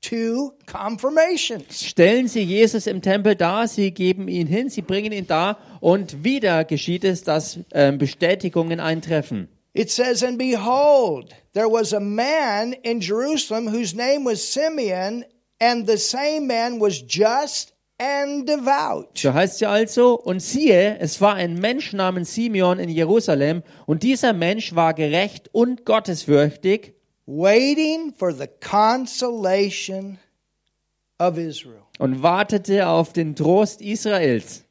two confirmations. stellen sie Jesus im Tempel dar, sie geben ihn hin, sie bringen ihn dar und wieder geschieht es, dass ähm, Bestätigungen eintreffen. It says, And behold, there was a man in Jerusalem whose name was Simeon, and the same man was just and devout. So heißt ja also, und siehe, es war ein Mensch namens Simeon in Jerusalem und dieser Mensch war gerecht und gottesfürchtig, waiting for the consolation of Israel. und wartete auf den Trost Israels.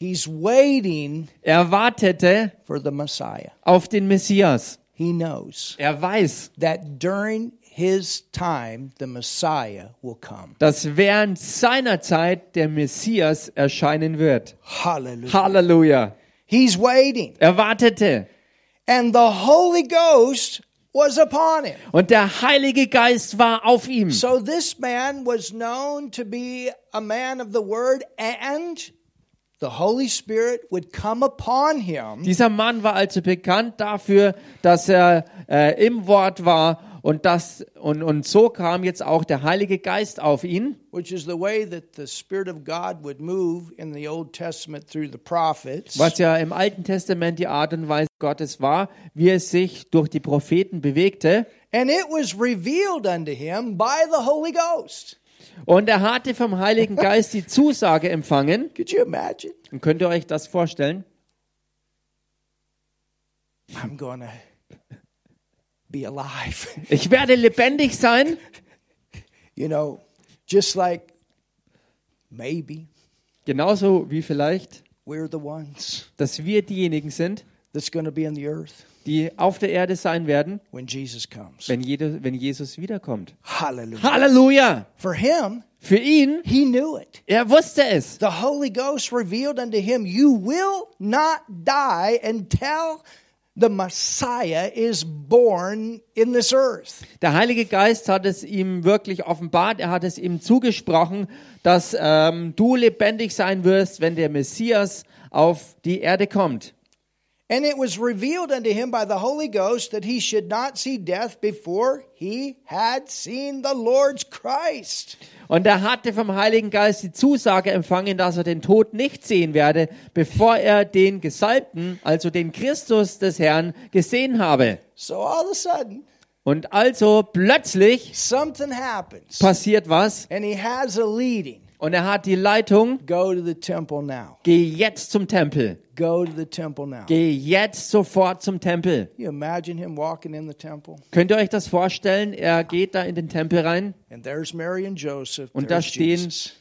He's waiting Er wartete for the Messiah. auf den Messias. He knows Er weiß, that during his time, the Messiah will come. dass während seiner Zeit der Messias erscheinen wird. Hallelujah. Halleluja. He's waiting. Er wartete. And the Holy Ghost was upon him. Und der Heilige Geist war auf ihm. So this man was known to be a man of the Word, and the Holy Spirit would come upon him. Dieser Mann war also bekannt dafür, dass er äh, im Wort war und, das, und, und so kam jetzt auch der Heilige Geist auf ihn. which is the way that the Spirit of God would move in the Old Testament through the prophets. was ja im Alten Testament die Art und Weise Gottes war, wie es sich durch die Propheten bewegte. And it was revealed unto him by the Holy Ghost. Und er hatte vom Heiligen Geist die Zusage empfangen. Could you imagine? Und könnt ihr euch das vorstellen? I'm going to be alive. Ich werde lebendig sein. you know, just like maybe Genauso wie vielleicht, we're the ones dass wir diejenigen sind, that's going to be in the earth die auf der Erde sein werden, when Jesus comes. wenn, jede, wenn Jesus wiederkommt. Hallelujah. Halleluja! For him, Für ihn, he knew it. er wusste es. the Holy Ghost revealed unto him, You will not die until the Messiah is born in this earth. Der Heilige Geist hat es ihm wirklich offenbart, er hat es ihm zugesprochen, dass ähm, du lebendig sein wirst, wenn der Messias auf die Erde kommt. And it was revealed unto him by the Holy Ghost that he should not see death before he had seen the Lord's Christ. Und er hatte vom Heiligen Geist die Zusage empfangen, dass er den Tod nicht sehen werde, bevor er den Gesalbten, also den Christus des Herrn, gesehen habe. So all of a sudden, Und also plötzlich something happens. passiert was And he has a leading. Und er hat die Leitung, Go to the temple now. geh jetzt zum Tempel. Go to the temple now. Can Geh jetzt sofort zum Tempel. you imagine him walking in the temple? Könnt ihr euch das vorstellen? Er geht da in den Tempel rein. And there's Mary and Joseph. Und da there's stehen- Jesus.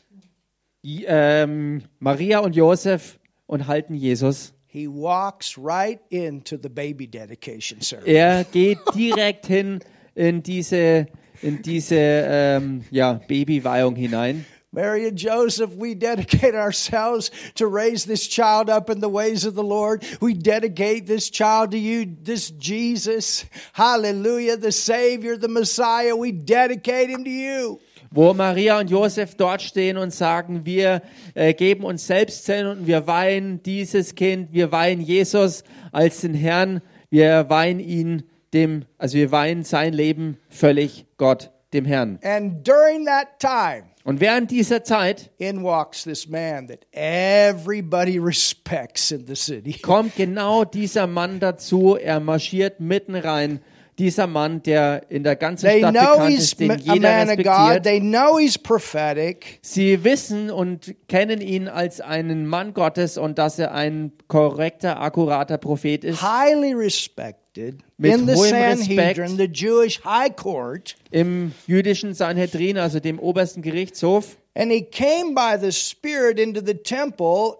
J- Ähm, Maria und Josef und halten Jesus. He walks right into the baby dedication service. Er geht direkt hin in diese, in diese ähm, ja, Babyweihung hinein. Mary and Joseph, we dedicate ourselves to raise this child up in the ways of the Lord. We dedicate this child to you, this Jesus, hallelujah, the Savior, the Messiah. We dedicate him to you. wo Maria und Josef dort stehen und sagen, wir äh, geben uns selbst hin und wir weihen dieses Kind, wir weihen Jesus als den Herrn, wir weihen ihn dem, also wir weihen sein Leben völlig Gott, dem Herrn. And during that time, Und während dieser Zeit in walks this man that everybody respects in the city. kommt genau dieser Mann dazu, er marschiert mitten rein, dieser Mann, der in der ganzen They Stadt know bekannt he's ist, den a jeder man of God. respektiert. They know he's prophetic. Sie wissen und kennen ihn als einen Mann Gottes und dass er ein korrekter, akkurater Prophet ist. highly respected Mit in the hohem Sanhedrin, Respekt. the Jewish high court, Im jüdischen Sanhedrin, also dem obersten Gerichtshof. and he came by the Spirit into the temple.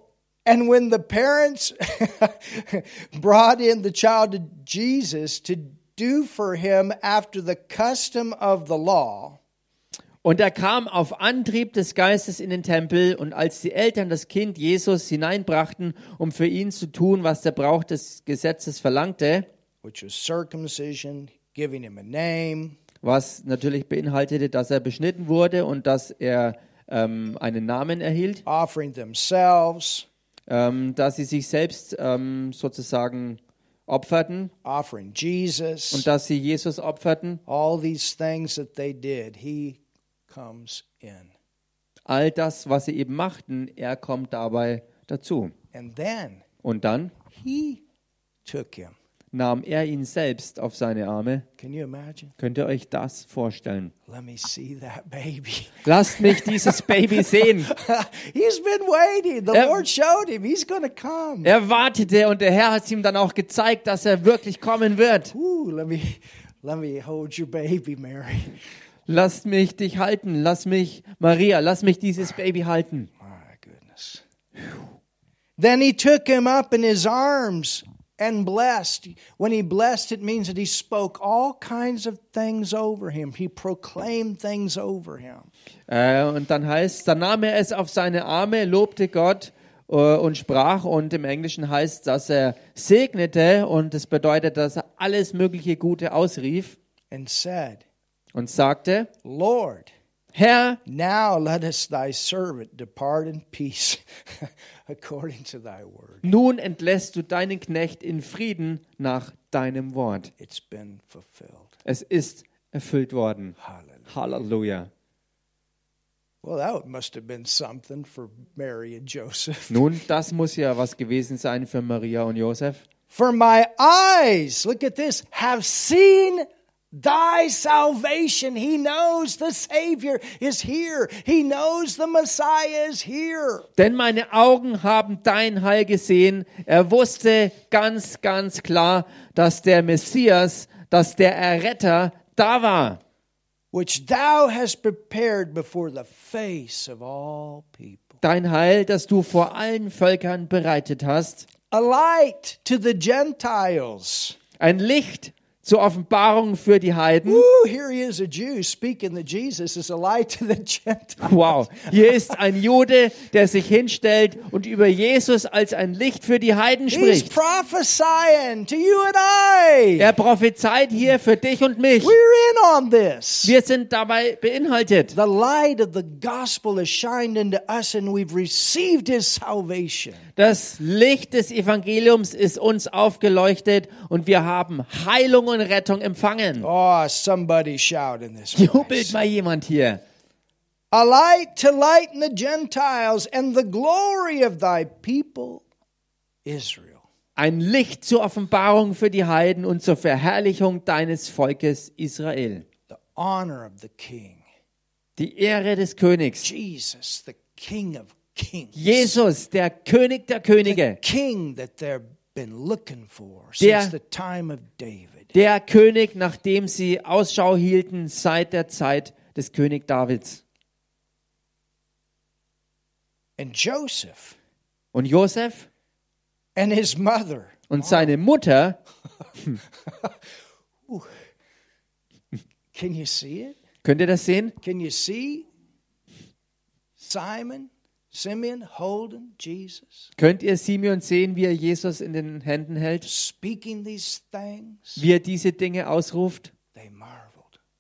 And when the parents brought in the child to Jesus to do for him after the custom of the law, Und er kam auf Antrieb des Geistes in den Tempel und als die Eltern das Kind Jesus hineinbrachten, um für ihn zu tun, was der Brauch des Gesetzes verlangte, which was circumcision, giving him a name, was natürlich beinhaltete, dass er beschnitten wurde und dass er ähm, einen Namen erhielt, offering themselves, ähm, dass sie sich selbst ähm, sozusagen opferten, offering Jesus, und dass sie Jesus opferten. all these things that they did, he comes in. All das, was sie eben machten, er kommt dabei dazu. And then Und dann he took him. nahm er ihn selbst auf seine Arme. Can you imagine? Könnt ihr euch das vorstellen? Let me see that baby. Lasst mich dieses Baby sehen. He's been waiting. The Er- Lord showed him. He's going to come. Er wartete und der Herr hat ihm dann auch gezeigt, dass er wirklich kommen wird. Ooh, let me let me hold your baby, Mary. Lasst mich dich halten. Lass mich, Maria, lass mich dieses Baby halten. My goodness. Then he took him up in his arms and blessed. When he blessed, it means that he spoke all kinds of things over him. He proclaimed things over him. Äh, und dann heißt, dann nahm er es auf seine Arme, lobte Gott äh, und sprach. Und im Englischen heißt, dass er segnete und es bedeutet, dass er alles mögliche Gute ausrief and said, und sagte: Lord, Herr, now let us thy servant depart in peace according to thy word. nun entlässt du deinen Knecht in Frieden nach deinem Wort. It's been fulfilled. Es ist erfüllt worden. Hallelujah. Halleluja. Well, that must have been something for Mary and Joseph. Nun, das muss ja was gewesen sein für Maria und Josef. For my eyes, look at this, have seen thy salvation. He knows the Savior is here, he knows the Messiah is here. Denn meine Augen haben dein Heil gesehen. Er wusste ganz, ganz klar, dass der Messias, dass der Erretter da war, Which thou hast prepared before the face of all people. dein Heil, das du vor allen Völkern bereitet hast. a light to the Gentiles. Ein Licht zur Offenbarung für die Heiden. Woo, here he is, a Jew speaking that Jesus is a light to the Gentiles. Wow, hier ist ein Jude, der sich hinstellt und über Jesus als ein Licht für die Heiden He's spricht. prophesying to you and I. Er prophezeit hier für dich und mich. We're in on this. Wir sind dabei beinhaltet. The light of the gospel has shined into us and we've received his salvation. Das Licht des Evangeliums ist uns aufgeleuchtet und wir haben Heilung und Rettung empfangen. Oh, somebody shout in this. Jubelt Place. mal jemand hier. A light to lighten the Gentiles and the glory of thy people, Israel. Ein Licht zur Offenbarung für die Heiden und zur Verherrlichung deines Volkes Israel. The honor of the king. Die Ehre des Königs, Jesus, the King of Kings. Jesus, der König der The Könige, king that they've been looking for Der- since the time of David. der König, nach dem sie Ausschau hielten seit der Zeit des König Davids. And Joseph Und Josef and his mother. und seine Mutter, Can you see it? könnt ihr das sehen? Can you see Simon, Simeon holding Jesus, Könnt ihr Simeon sehen, wie er Jesus in den Händen hält, speaking these things? wie er diese Dinge ausruft? They marveled.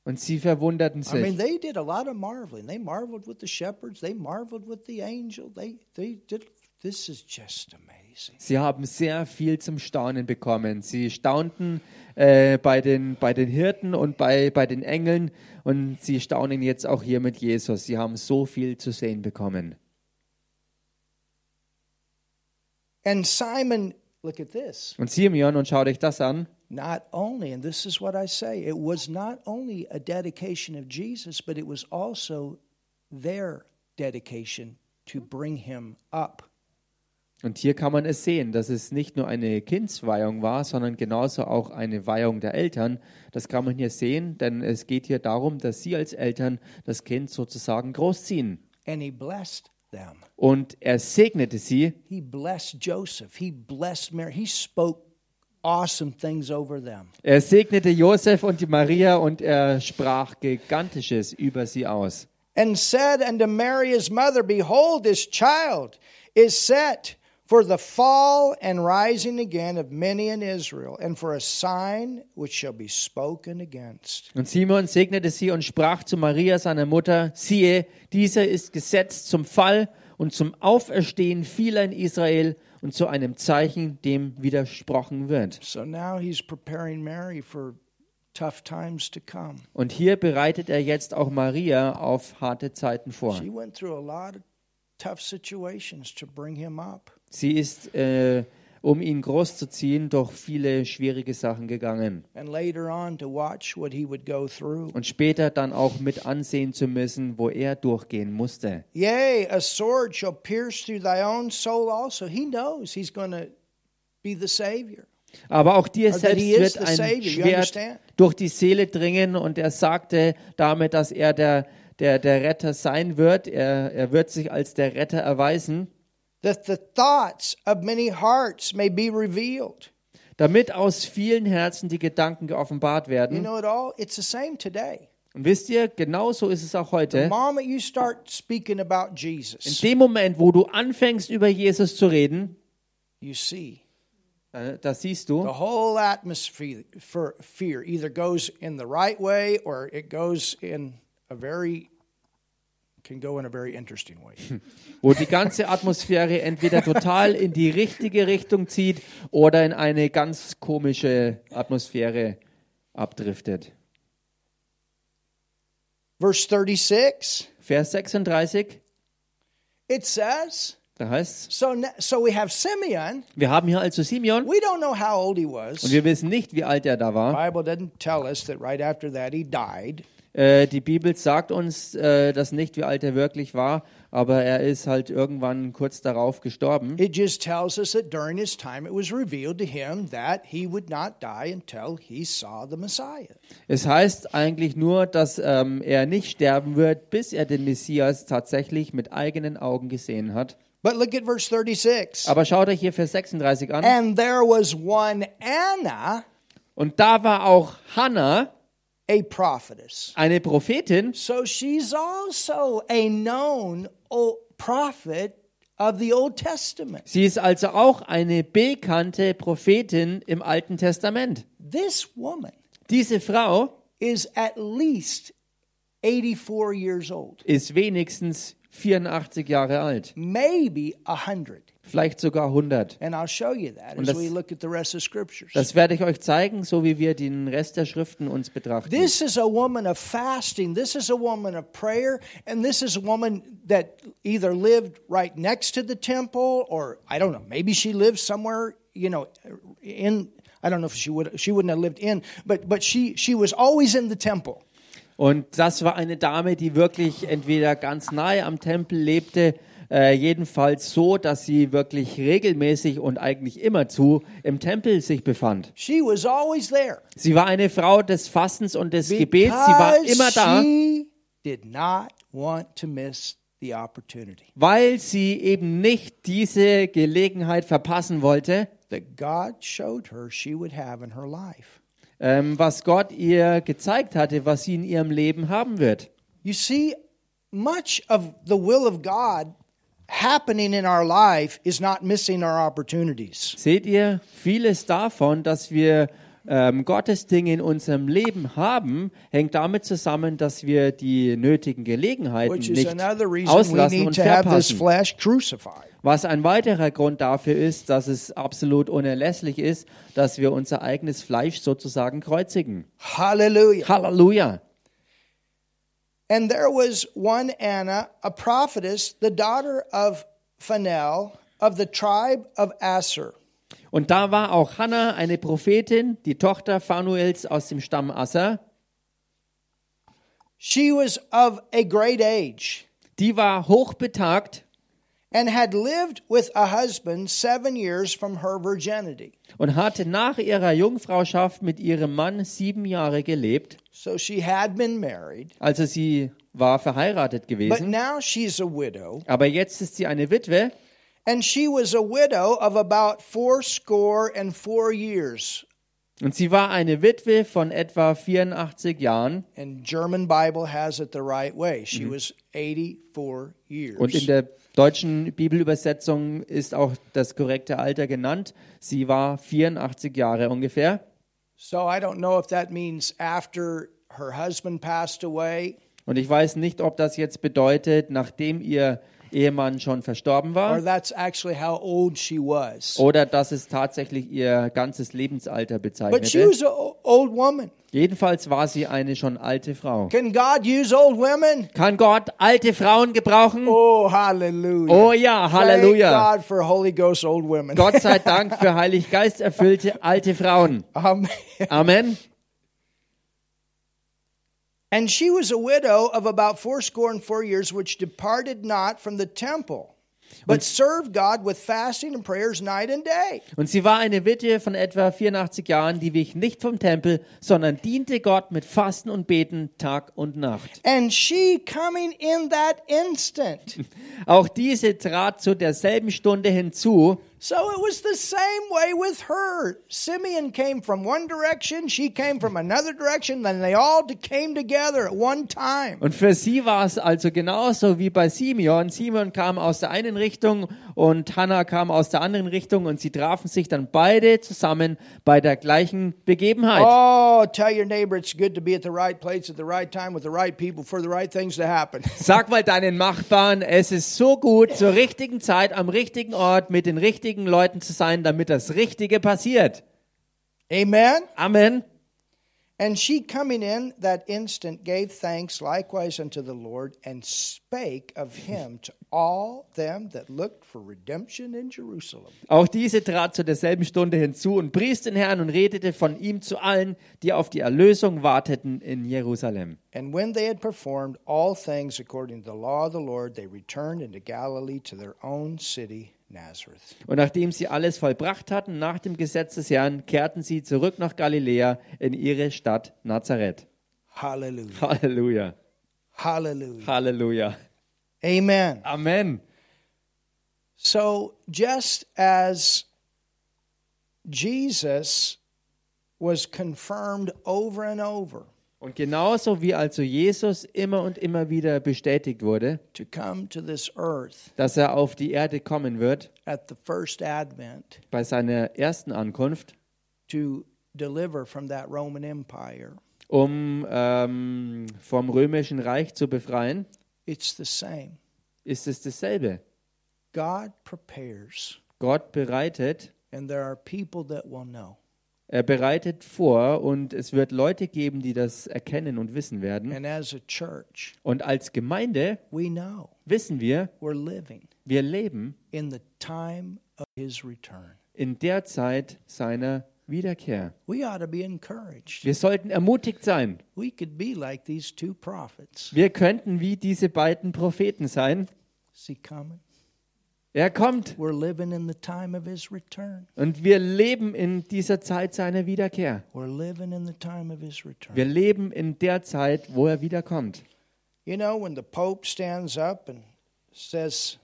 Und sie verwunderten I mean, sich. they did a lot of marveling. They marveled with the shepherds. They marveled with the angel. They they did. This is just amazing. Sie haben sehr viel zum Staunen bekommen. Sie staunten äh, bei, den, bei den Hirten und bei, bei den Engeln und sie staunen jetzt auch hier mit Jesus. Sie haben so viel zu sehen bekommen. And Simon, look at this. Und Simeon, und schaut euch das an, Not only, and this is what I say, it was not only a dedication of Jesus, but it was also their dedication to bring him up. Und hier kann man es sehen, dass es nicht nur eine Kindsweihung war, sondern genauso auch eine Weihung der Eltern. Das kann man hier sehen, denn es geht hier darum, dass Sie als Eltern das Kind sozusagen großziehen. And he blessed them. Und er segnete sie, He blessed Joseph. He blessed Mary. He spoke awesome things over them. er segnete Josef und die Maria und er sprach Gigantisches über sie aus. and said unto Mary his mother, Behold, this child is set for the fall and rising again of many in Israel, and for a sign which shall be spoken against. Und Simon segnete sie und sprach zu Maria, seiner Mutter, siehe, dieser ist gesetzt zum Fall und zum Auferstehen vieler in Israel und zu einem Zeichen, dem widersprochen wird. So now he's preparing Mary for tough times to come. Und hier bereitet er jetzt auch Maria auf harte Zeiten vor. She went through a lot of tough situations to bring him up. Sie ist, äh, um ihn großzuziehen, durch viele schwierige Sachen gegangen. And later on, to watch what he would go through. Und später dann auch mit ansehen zu müssen, wo er durchgehen musste. Yea, a sword shall pierce through thy own soul also. He knows he's going to be the Savior. Aber auch dir Also selbst he is wird the ein savior, you Schwert understand? durch die Seele dringen. Und er sagte damit, dass er der, der, der Retter sein wird. Er, er wird sich als der Retter erweisen. that the thoughts of many hearts may be revealed. Damit aus vielen Herzen die Gedanken geoffenbart You werden. know it all? It's the same today. Und wisst ihr, genauso ist es auch heute. The moment you start speaking about In Jesus, dem Moment, wo du anfängst, über Jesus zu reden, you see äh, das siehst du, the whole atmosphere for fear either goes in the right way or it goes in a very can go in a very interesting way. wo die ganze Atmosphäre entweder total in die richtige Richtung zieht oder in eine ganz komische Atmosphäre abdriftet. Verse 36, Vers 36, it says, da heißt es, so n- so we have Simeon, wir haben hier also Simeon we don't know how old he was. und The wir wissen nicht, wie alt er da war. Bible doesn't tell us that right after that he died. Äh, die Bibel sagt uns äh, das nicht, wie alt er wirklich war, aber er ist halt irgendwann kurz darauf gestorben. It just tells us that during his time it was revealed to him that he would not die until he saw the Messiah. Es heißt eigentlich nur, dass ähm, er nicht sterben wird, bis er den Messias tatsächlich mit eigenen Augen gesehen hat. But look at verse 36. Aber schaut euch hier Vers 36 an. And there was one Anna, Und da war auch Hannah, a prophetess. eine Prophetin. So she's also a known o- prophet of the Old Testament. Sie ist also auch eine bekannte Prophetin im Alten Testament. This woman Diese Frau is at least 84 years old, ist wenigstens 84 Jahre alt, maybe 100. vielleicht sogar 100. And I'll show you that Und as das- we look at the rest of scriptures. Das werde ich euch zeigen, so wie wir den Rest der Schriften uns betrachten. This is a woman of fasting. This is a woman of prayer. And this is a woman that either lived right next to the temple or I don't know, maybe she lived somewhere, you know, in I don't know if she would she wouldn't have lived in, but but she she was always in the temple. Und das war eine Dame, die wirklich entweder ganz nahe am Tempel lebte Äh, jedenfalls so, dass sie wirklich regelmäßig und eigentlich immerzu im Tempel sich befand. She was always there Sie war eine Frau des Fastens und des Gebets. Sie war immer da, she did not want to miss the opportunity weil sie eben nicht diese Gelegenheit verpassen wollte, that God showed her she would have in her life. ähm, was Gott ihr gezeigt hatte, was sie in ihrem Leben haben wird. You see, much of the will of God happening in our life is not missing our opportunities. Seht ihr, vieles davon, dass wir ähm, Gottes Dinge in unserem Leben haben, hängt damit zusammen, dass wir die nötigen Gelegenheiten which is nicht another reason we auslassen need und to have this verpassen. flesh crucified. Was ein weiterer Grund dafür ist, dass es absolut unerlässlich ist, dass wir unser eigenes Fleisch sozusagen kreuzigen. Hallelujah. Halleluja! And there was one Anna, a prophetess, the daughter of Phanuel of the tribe of Asher. Und da war auch Hannah, eine Prophetin, die Tochter Phanuels aus dem Stamm Asser. She was of a great age Die war hochbetagt and had lived with a husband seven years from her virginity. und hatte nach ihrer Jungfrauschaft mit ihrem Mann sieben Jahre gelebt. So she had been married, Also sie war verheiratet but gewesen, now she's a widow. aber jetzt ist sie eine Witwe And she was a widow of about fourscore and four years. und sie war eine Witwe von etwa 84 Jahren And German Bible has it the right way. She was 84 years. und in der deutschen Bibelübersetzung ist auch das korrekte Alter genannt. Sie war 84 Jahre ungefähr So I don't know if that means after her husband passed away und ich weiß nicht, ob das jetzt bedeutet, nachdem ihr Ehemann schon verstorben or war that's actually how old she was. oder dass es tatsächlich ihr ganzes Lebensalter But she bezeichnete. was an old woman. Jedenfalls war sie eine schon alte Frau. Can God use old women? Kann Gott alte Frauen gebrauchen? Oh, hallelujah. Oh ja, Halleluja. Thank God for Holy Ghost old women. Gott sei Dank für Heilig Geist erfüllte alte Frauen. Amen. Amen. And she was a widow of about fourscore and four years, which departed not from the temple, but served God with fasting and prayers night and day. Und sie war eine Witwe von etwa 84 Jahren, die wich nicht vom Tempel, sondern diente Gott mit Fasten und Beten Tag und Nacht. And she coming in that instant. Auch diese trat zu derselben Stunde hinzu. So it was the same way with her. Simeon came from one direction, she came from another direction, then they all t- came together at one time. Und für sie war es also genauso wie bei Simeon. Simeon kam aus der einen Richtung und Hannah kam aus der anderen Richtung und sie trafen sich dann beide zusammen bei der gleichen Begebenheit. Oh, tell your neighbor it's good to be at the right place at the right time with the right people for the right things to happen. Sag mal deinen Nachbarn, es ist so gut, zur richtigen Zeit, am richtigen Ort, mit den richtigen Leuten zu sein, damit das Richtige passiert. Amen. Amen. And she coming in that instant gave thanks likewise unto the Lord and spake of him to all them that looked for redemption in Jerusalem. Auch diese trat zu derselben Stunde hinzu und pries den Herrn und redete von ihm zu allen, die auf die Erlösung warteten in Jerusalem. And when they had performed all things according to the law of the Lord, they returned into Galilee to their own city, Nazareth. Und nachdem sie alles vollbracht hatten nach dem Gesetz des Herrn, kehrten sie zurück nach Galiläa in ihre Stadt Nazareth. Hallelujah. Halleluja. Hallelujah. Halleluja. Amen. Amen. So, just as Jesus was confirmed over and over Und genauso wie also Jesus immer und immer wieder bestätigt wurde, to come to this earth dass er auf die Erde kommen wird at the first advent bei seiner ersten Ankunft, to deliver from that Roman Empire, um ähm, vom römischen Reich zu befreien, it's the same. ist es dasselbe. God prepares, Gott bereitet, and there are people that will know. er bereitet vor und es wird Leute geben, die das erkennen und wissen werden. And as a church, Und als Gemeinde we know wissen wir, we're living wir leben in the time of his return. in der Zeit seiner Wiederkehr. We ought to be encouraged. Wir sollten ermutigt sein. We could be like these two prophets. Wir könnten wie diese beiden Propheten sein. Is he coming? Er kommt We're living in the time of his return. und wir leben in dieser Zeit seiner Wiederkehr. We're living in the time of his return. Wir leben in der Zeit, wo er wiederkommt. You know, when the Pope stands up and says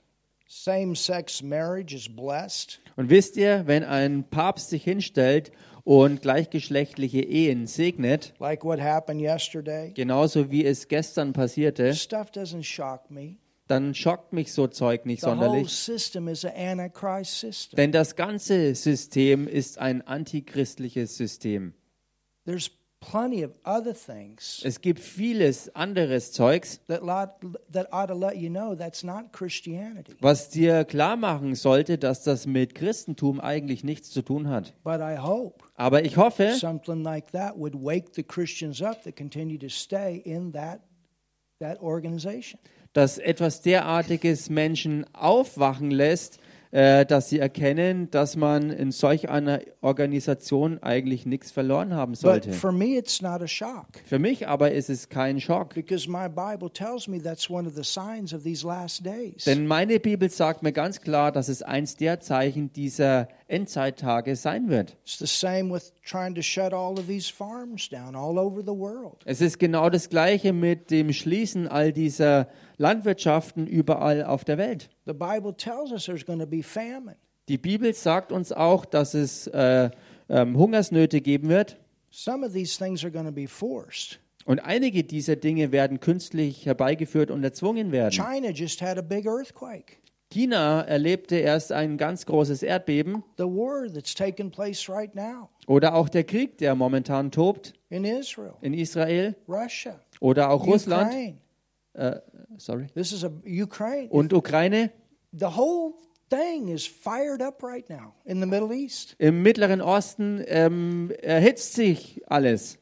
same sex marriage is blessed, Und wisst ihr, wenn ein Papst sich hinstellt und gleichgeschlechtliche Ehen segnet, like what happened yesterday, genauso wie es gestern passierte, stuff doesn't shock me. dann schockt mich so Zeug nicht The whole sonderlich. system is an antichrist system. Denn das ganze System ist ein antichristliches System. There's plenty of other things Es gibt vieles anderes Zeugs, that, lot, that ought to let you know that's not Christianity. was dir klar machen sollte, dass das mit Christentum eigentlich nichts zu tun hat. But I hope Aber ich hoffe, something like that would wake the Christians up that continue to stay in that, that organization. dass etwas derartiges Menschen aufwachen lässt, äh, dass sie erkennen, dass man in solch einer Organisation eigentlich nichts verloren haben sollte. But for me, it's not a shock. Für mich aber ist es kein Schock, Because my Bible tells me that's one of the signs of these last days. denn meine Bibel sagt mir ganz klar, dass es eins der Zeichen dieser Endzeittage sein wird. it's the same with trying to shut all of these farms down all over the world. Es ist genau das Gleiche mit dem Schließen all dieser Landwirtschaften überall auf der Welt. The Bible tells us there's going to be famine. Die Bibel sagt uns auch, dass es äh, ähm, Hungersnöte geben wird. Some of these things are going to be forced. Und einige dieser Dinge werden künstlich herbeigeführt und erzwungen werden. China just had a big earthquake. China erlebte erst ein ganz großes Erdbeben The war that's taking place right now oder auch der Krieg, der momentan tobt in Israel, in Israel Russia, oder auch Russland, Ukraine. äh, sorry, This is a Ukraine. und Ukraine. The whole thing is fired up right now in the Middle East. Im Mittleren Osten ähm, erhitzt sich alles.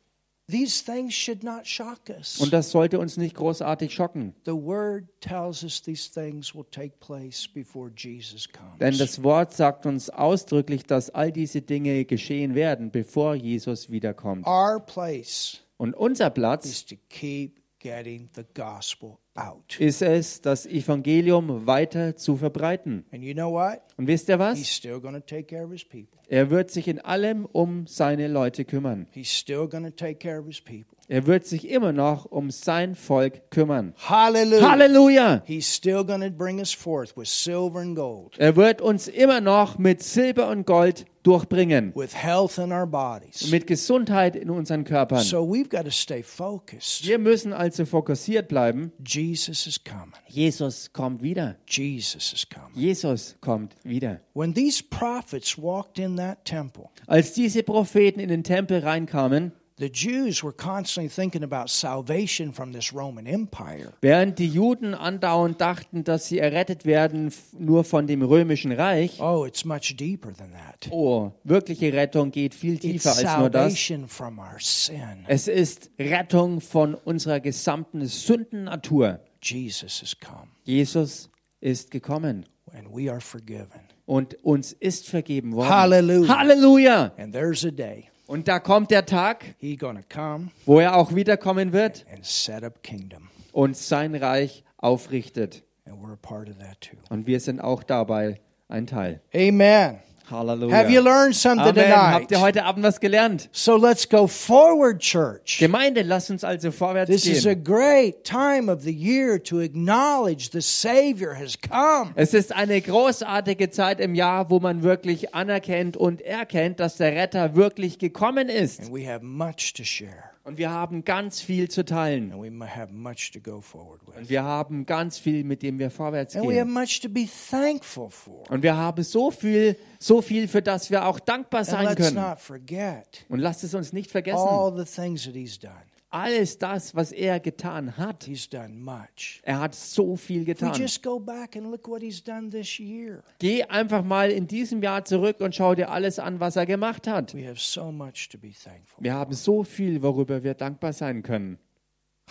These things should not shock us. Und das sollte uns nicht großartig schocken. The word tells us these things will take place before Jesus comes. Denn das Wort sagt uns ausdrücklich, dass all diese Dinge geschehen werden, bevor Jesus wiederkommt. Our place Und unser Platz is to keep getting the gospel out. ist es, das Evangelium weiter zu verbreiten. And you know what? Und wisst ihr He's was? still going to take care of his people. Er wird sich in allem um seine Leute kümmern. He's still going to take care of his people. Er wird sich immer noch um sein Volk kümmern. Hallelujah. Halleluja! He's still going to bring us forth with silver and gold, Er wird uns immer noch mit Silber und Gold durchbringen. with health in our bodies. Mit Gesundheit in unseren Körpern. So we've got to stay focused. Wir müssen also fokussiert bleiben. Jesus is coming. Jesus kommt wieder. Jesus is coming. Jesus kommt wieder. When these prophets walked in that temple, Als diese Propheten in den Tempel reinkamen, The Jews were constantly thinking about salvation from this Roman Empire. Während die Juden andauernd dachten, dass sie errettet werden f- nur von dem römischen Reich, Oh, it's much deeper than that. oh, wirkliche Rettung geht viel It's tiefer als nur das. salvation from our sin. Es ist Rettung von unserer gesamten Sündennatur. Jesus has come Jesus ist gekommen and we are forgiven. und uns ist vergeben worden. Halleluja. Halleluja! And there's a day Und da kommt der Tag, he's going to come wo er auch wiederkommen wird and set up kingdom. und sein Reich aufrichtet. And we're a part of that too. Und wir sind auch dabei ein Teil. Amen. Have you Halleluja. learned something Amen. Habt ihr tonight? heute Abend was gelernt? So let's go forward, church. Gemeinde, lasst uns also vorwärts This is a gehen. great time of the year to acknowledge the Savior has come. Es ist eine großartige Zeit im Jahr, wo man wirklich anerkennt und erkennt, dass der Retter wirklich gekommen ist. And we have much to share. Und wir haben ganz viel zu teilen. and we mu- have much to go forward with. Und wir haben ganz viel, mit dem wir vorwärts And we have gehen. much to be thankful for. Und wir haben so viel, so viel, für das wir auch dankbar And sein let's können. not forget Und lasst es uns nicht vergessen, all the things that he's done. alles das, was er getan hat. He's done much. Er hat so viel If we getan. just go back and look what he's done this year, Geh einfach mal in diesem Jahr zurück und schau dir alles an, was er gemacht hat. we have so much to be thankful. Wir haben so viel, worüber wir dankbar sein können.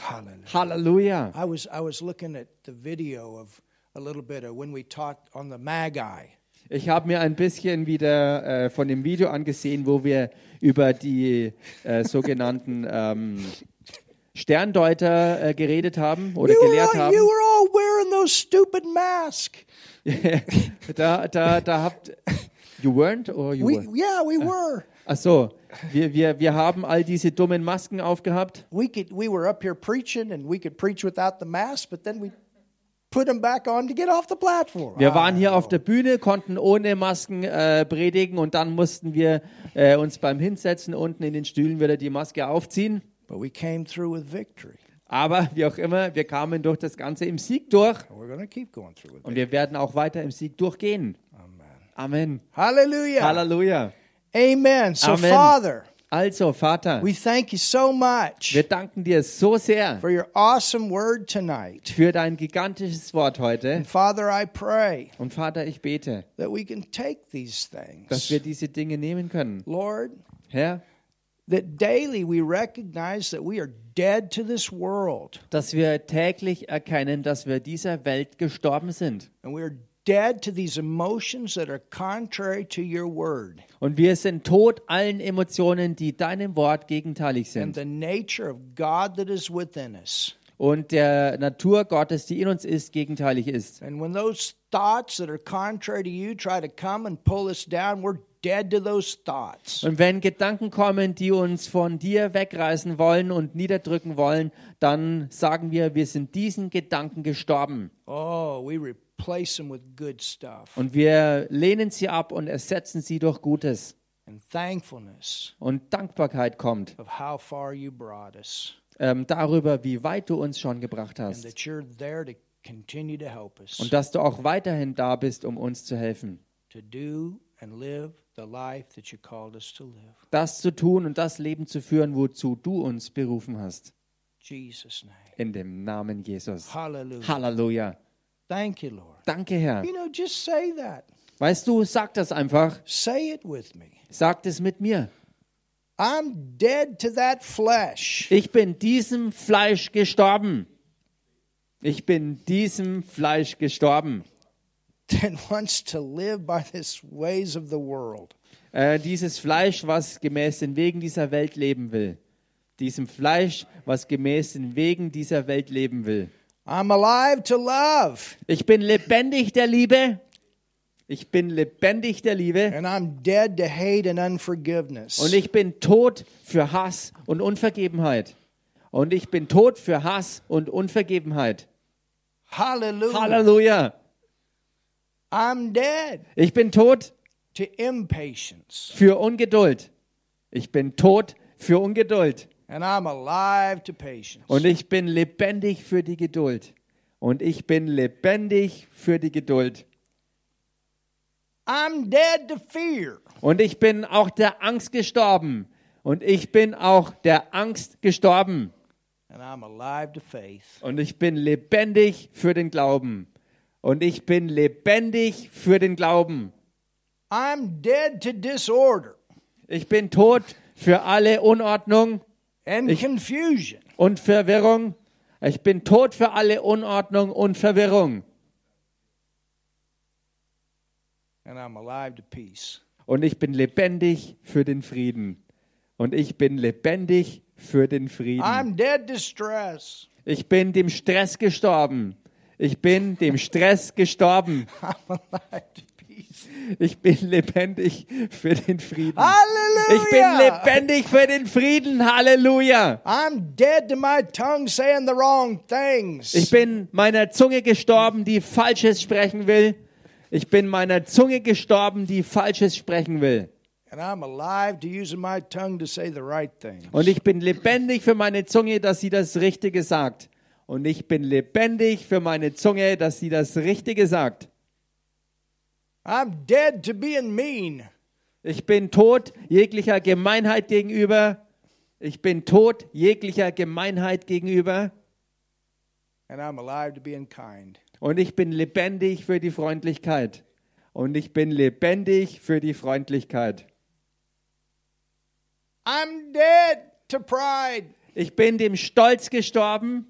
Hallelujah. Halleluja. I was I was looking at the video of a little bit of when we talked on the Magi. Ich habe mir ein bisschen wieder äh, von dem Video angesehen, wo wir über die äh, sogenannten ähm, Sterndeuter äh, geredet haben oder You were, gelehrt all, you haben. were all wearing so stupid mask. da, da, da habt. You weren't or you We, were? Uh. yeah, we were. Ach so, wir, wir, wir haben all diese dummen Masken aufgehabt. We could, we were up here preaching, and we could preach without the mask, but then we put them back on to get off the platform. Wir waren hier auf der Bühne, konnten ohne Masken äh, predigen und dann mussten wir äh, uns beim Hinsetzen unten in den Stühlen wieder die Maske aufziehen. But we came through with victory. Aber wie auch immer, wir kamen durch das Ganze im Sieg durch And we're going to keep going through with und it. wir werden auch weiter im Sieg durchgehen. Amen. Hallelujah. Halleluja. Amen. So, Amen. Father, Also, Vater, we thank you so much wir danken dir so sehr for your awesome word tonight. für dein gigantisches Wort heute. And Father, I pray Und Vater, ich bete, that we can take these dass things, wir diese Dinge nehmen können. Lord, Herr, that daily we recognize that we are dead to this world dass wir täglich erkennen, dass wir dieser Welt gestorben sind. and we are dead to these emotions that are contrary to your word Und wir sind tot allen Emotionen, die deinem Wort gegenteilig and sind. the nature of God that is within us. Und der Natur Gottes, die in uns ist, gegenteilig ist. And when those thoughts that are contrary to you try to come and pull us down, we're dead to those thoughts. Und wenn Gedanken kommen, die uns von dir wegreißen wollen und niederdrücken wollen, dann sagen wir, wir sind diesen Gedanken gestorben. Oh, we replace them with good stuff Und wir lehnen sie ab und ersetzen sie durch Gutes. and thankfulness Und Dankbarkeit kommt. of how far you brought us ähm, darüber, wie weit du uns schon gebracht and hast that you're there to continue to help us und dass du auch weiterhin da bist, um uns zu helfen, to do and live the life that you called us to live. das zu tun und das Leben zu führen, wozu du uns berufen hast. Jesus' name. In dem Namen Jesus. Hallelujah. Halleluja. Thank you, Lord. Danke, Herr. You know, just say that. Weißt du, sag das einfach. Say it with me. Sag es mit mir. I'm dead to that flesh. Ich bin diesem Fleisch gestorben. Ich bin diesem Fleisch gestorben. that wants to live by this ways of the world. Äh, dieses Fleisch, was gemäß den Wegen dieser Welt leben will. Diesem Fleisch, was gemäß den Wegen dieser Welt leben will. I'm alive to love, Ich bin lebendig der Liebe. Ich bin lebendig der Liebe. and I'm dead to hate and unforgiveness. Und ich bin tot für Hass und Unvergebenheit. Und ich bin tot für Hass und Unvergebenheit. Hallelujah. Halleluja. I'm dead Ich bin tot to impatience, für Ungeduld. Ich bin tot für Ungeduld. and I'm alive to patience. Und ich bin lebendig für die Geduld. Und ich bin lebendig für die Geduld. I'm dead to fear, Und ich bin auch der Angst gestorben. Und ich bin auch der Angst gestorben. and I'm alive to faith. Und ich bin lebendig für den Glauben. Und ich bin lebendig für den Glauben. I'm dead to disorder Ich bin tot für alle Unordnung and Ich- confusion. und Verwirrung. Ich bin tot für alle Unordnung und Verwirrung. And I'm alive to peace. Und ich bin lebendig für den Frieden. Und ich bin lebendig für den Frieden. I'm dead to stress. Ich bin dem Stress gestorben. Ich bin dem Stress gestorben. I'm alive to peace. Ich bin lebendig für den Frieden. Hallelujah. Ich bin lebendig für den Frieden. Halleluja. I'm dead to my tongue saying the wrong things. Ich bin meiner Zunge gestorben, die Falsches sprechen will. Ich bin meiner Zunge gestorben, die Falsches sprechen will. and I'm alive to using my tongue to say the right things. Und ich bin lebendig für meine Zunge, dass sie das Richtige sagt. Und ich bin lebendig für meine Zunge, dass sie das Richtige sagt. I'm dead to being mean. Ich bin tot jeglicher Gemeinheit gegenüber. Ich bin tot jeglicher Gemeinheit gegenüber. And I'm alive to being kind. Und ich bin lebendig für die Freundlichkeit. Und ich bin lebendig für die Freundlichkeit. I'm dead to pride. Ich bin dem Stolz gestorben.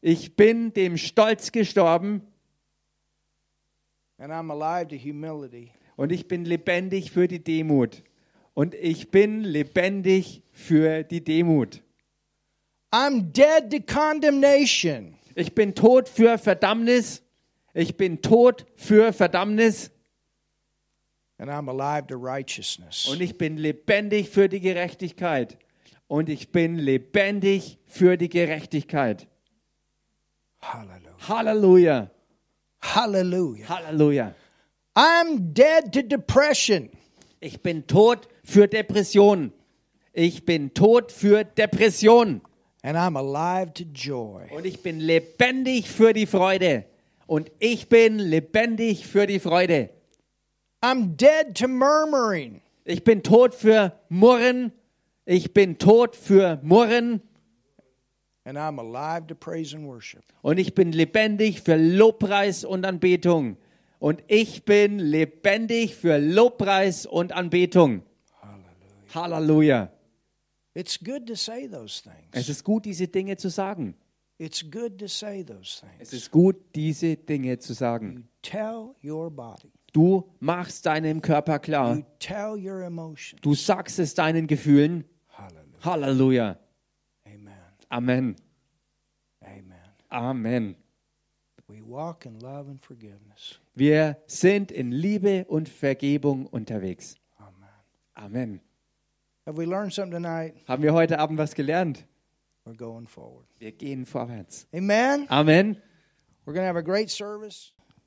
Ich bin dem Stolz gestorben. And I'm alive to humility. Und ich bin lebendig für die Demut. Und ich bin lebendig für die Demut. I'm dead to condemnation. Ich bin tot für Verdammnis. ich bin tot für Verdammnis and I'm alive to righteousness. und ich bin lebendig für die Gerechtigkeit. Und ich bin lebendig für die Gerechtigkeit. Hallelujah. Halleluja. Hallelujah. Halleluja. I'm dead to depression. Ich bin tot für Depressionen. Ich bin tot für Depressionen. And I'm alive to joy. Und ich bin lebendig für die Freude. Und ich bin lebendig für die Freude. I'm dead to murmuring. Ich bin tot für Murren. Ich bin tot für Murren. And I'm alive to praise and worship. Und ich bin lebendig für Lobpreis und Anbetung. Und ich bin lebendig für Lobpreis und Anbetung. Halleluja. It's good to say those things. Es ist gut, diese Dinge zu sagen. It's good to say those things. Es ist gut, diese Dinge zu sagen. Tell your body. Du machst deinem Körper klar. You tell your emotions. Du sagst es deinen Gefühlen. Hallelujah. Halleluja. Amen. Amen. Amen. Amen. We walk in love and forgiveness. Wir sind in Liebe und Vergebung unterwegs. Amen. Amen. Have we learned something tonight? Haben wir heute Abend was gelernt? We're going forward. Wir gehen vorwärts. Amen. Amen. We're going to have a great service.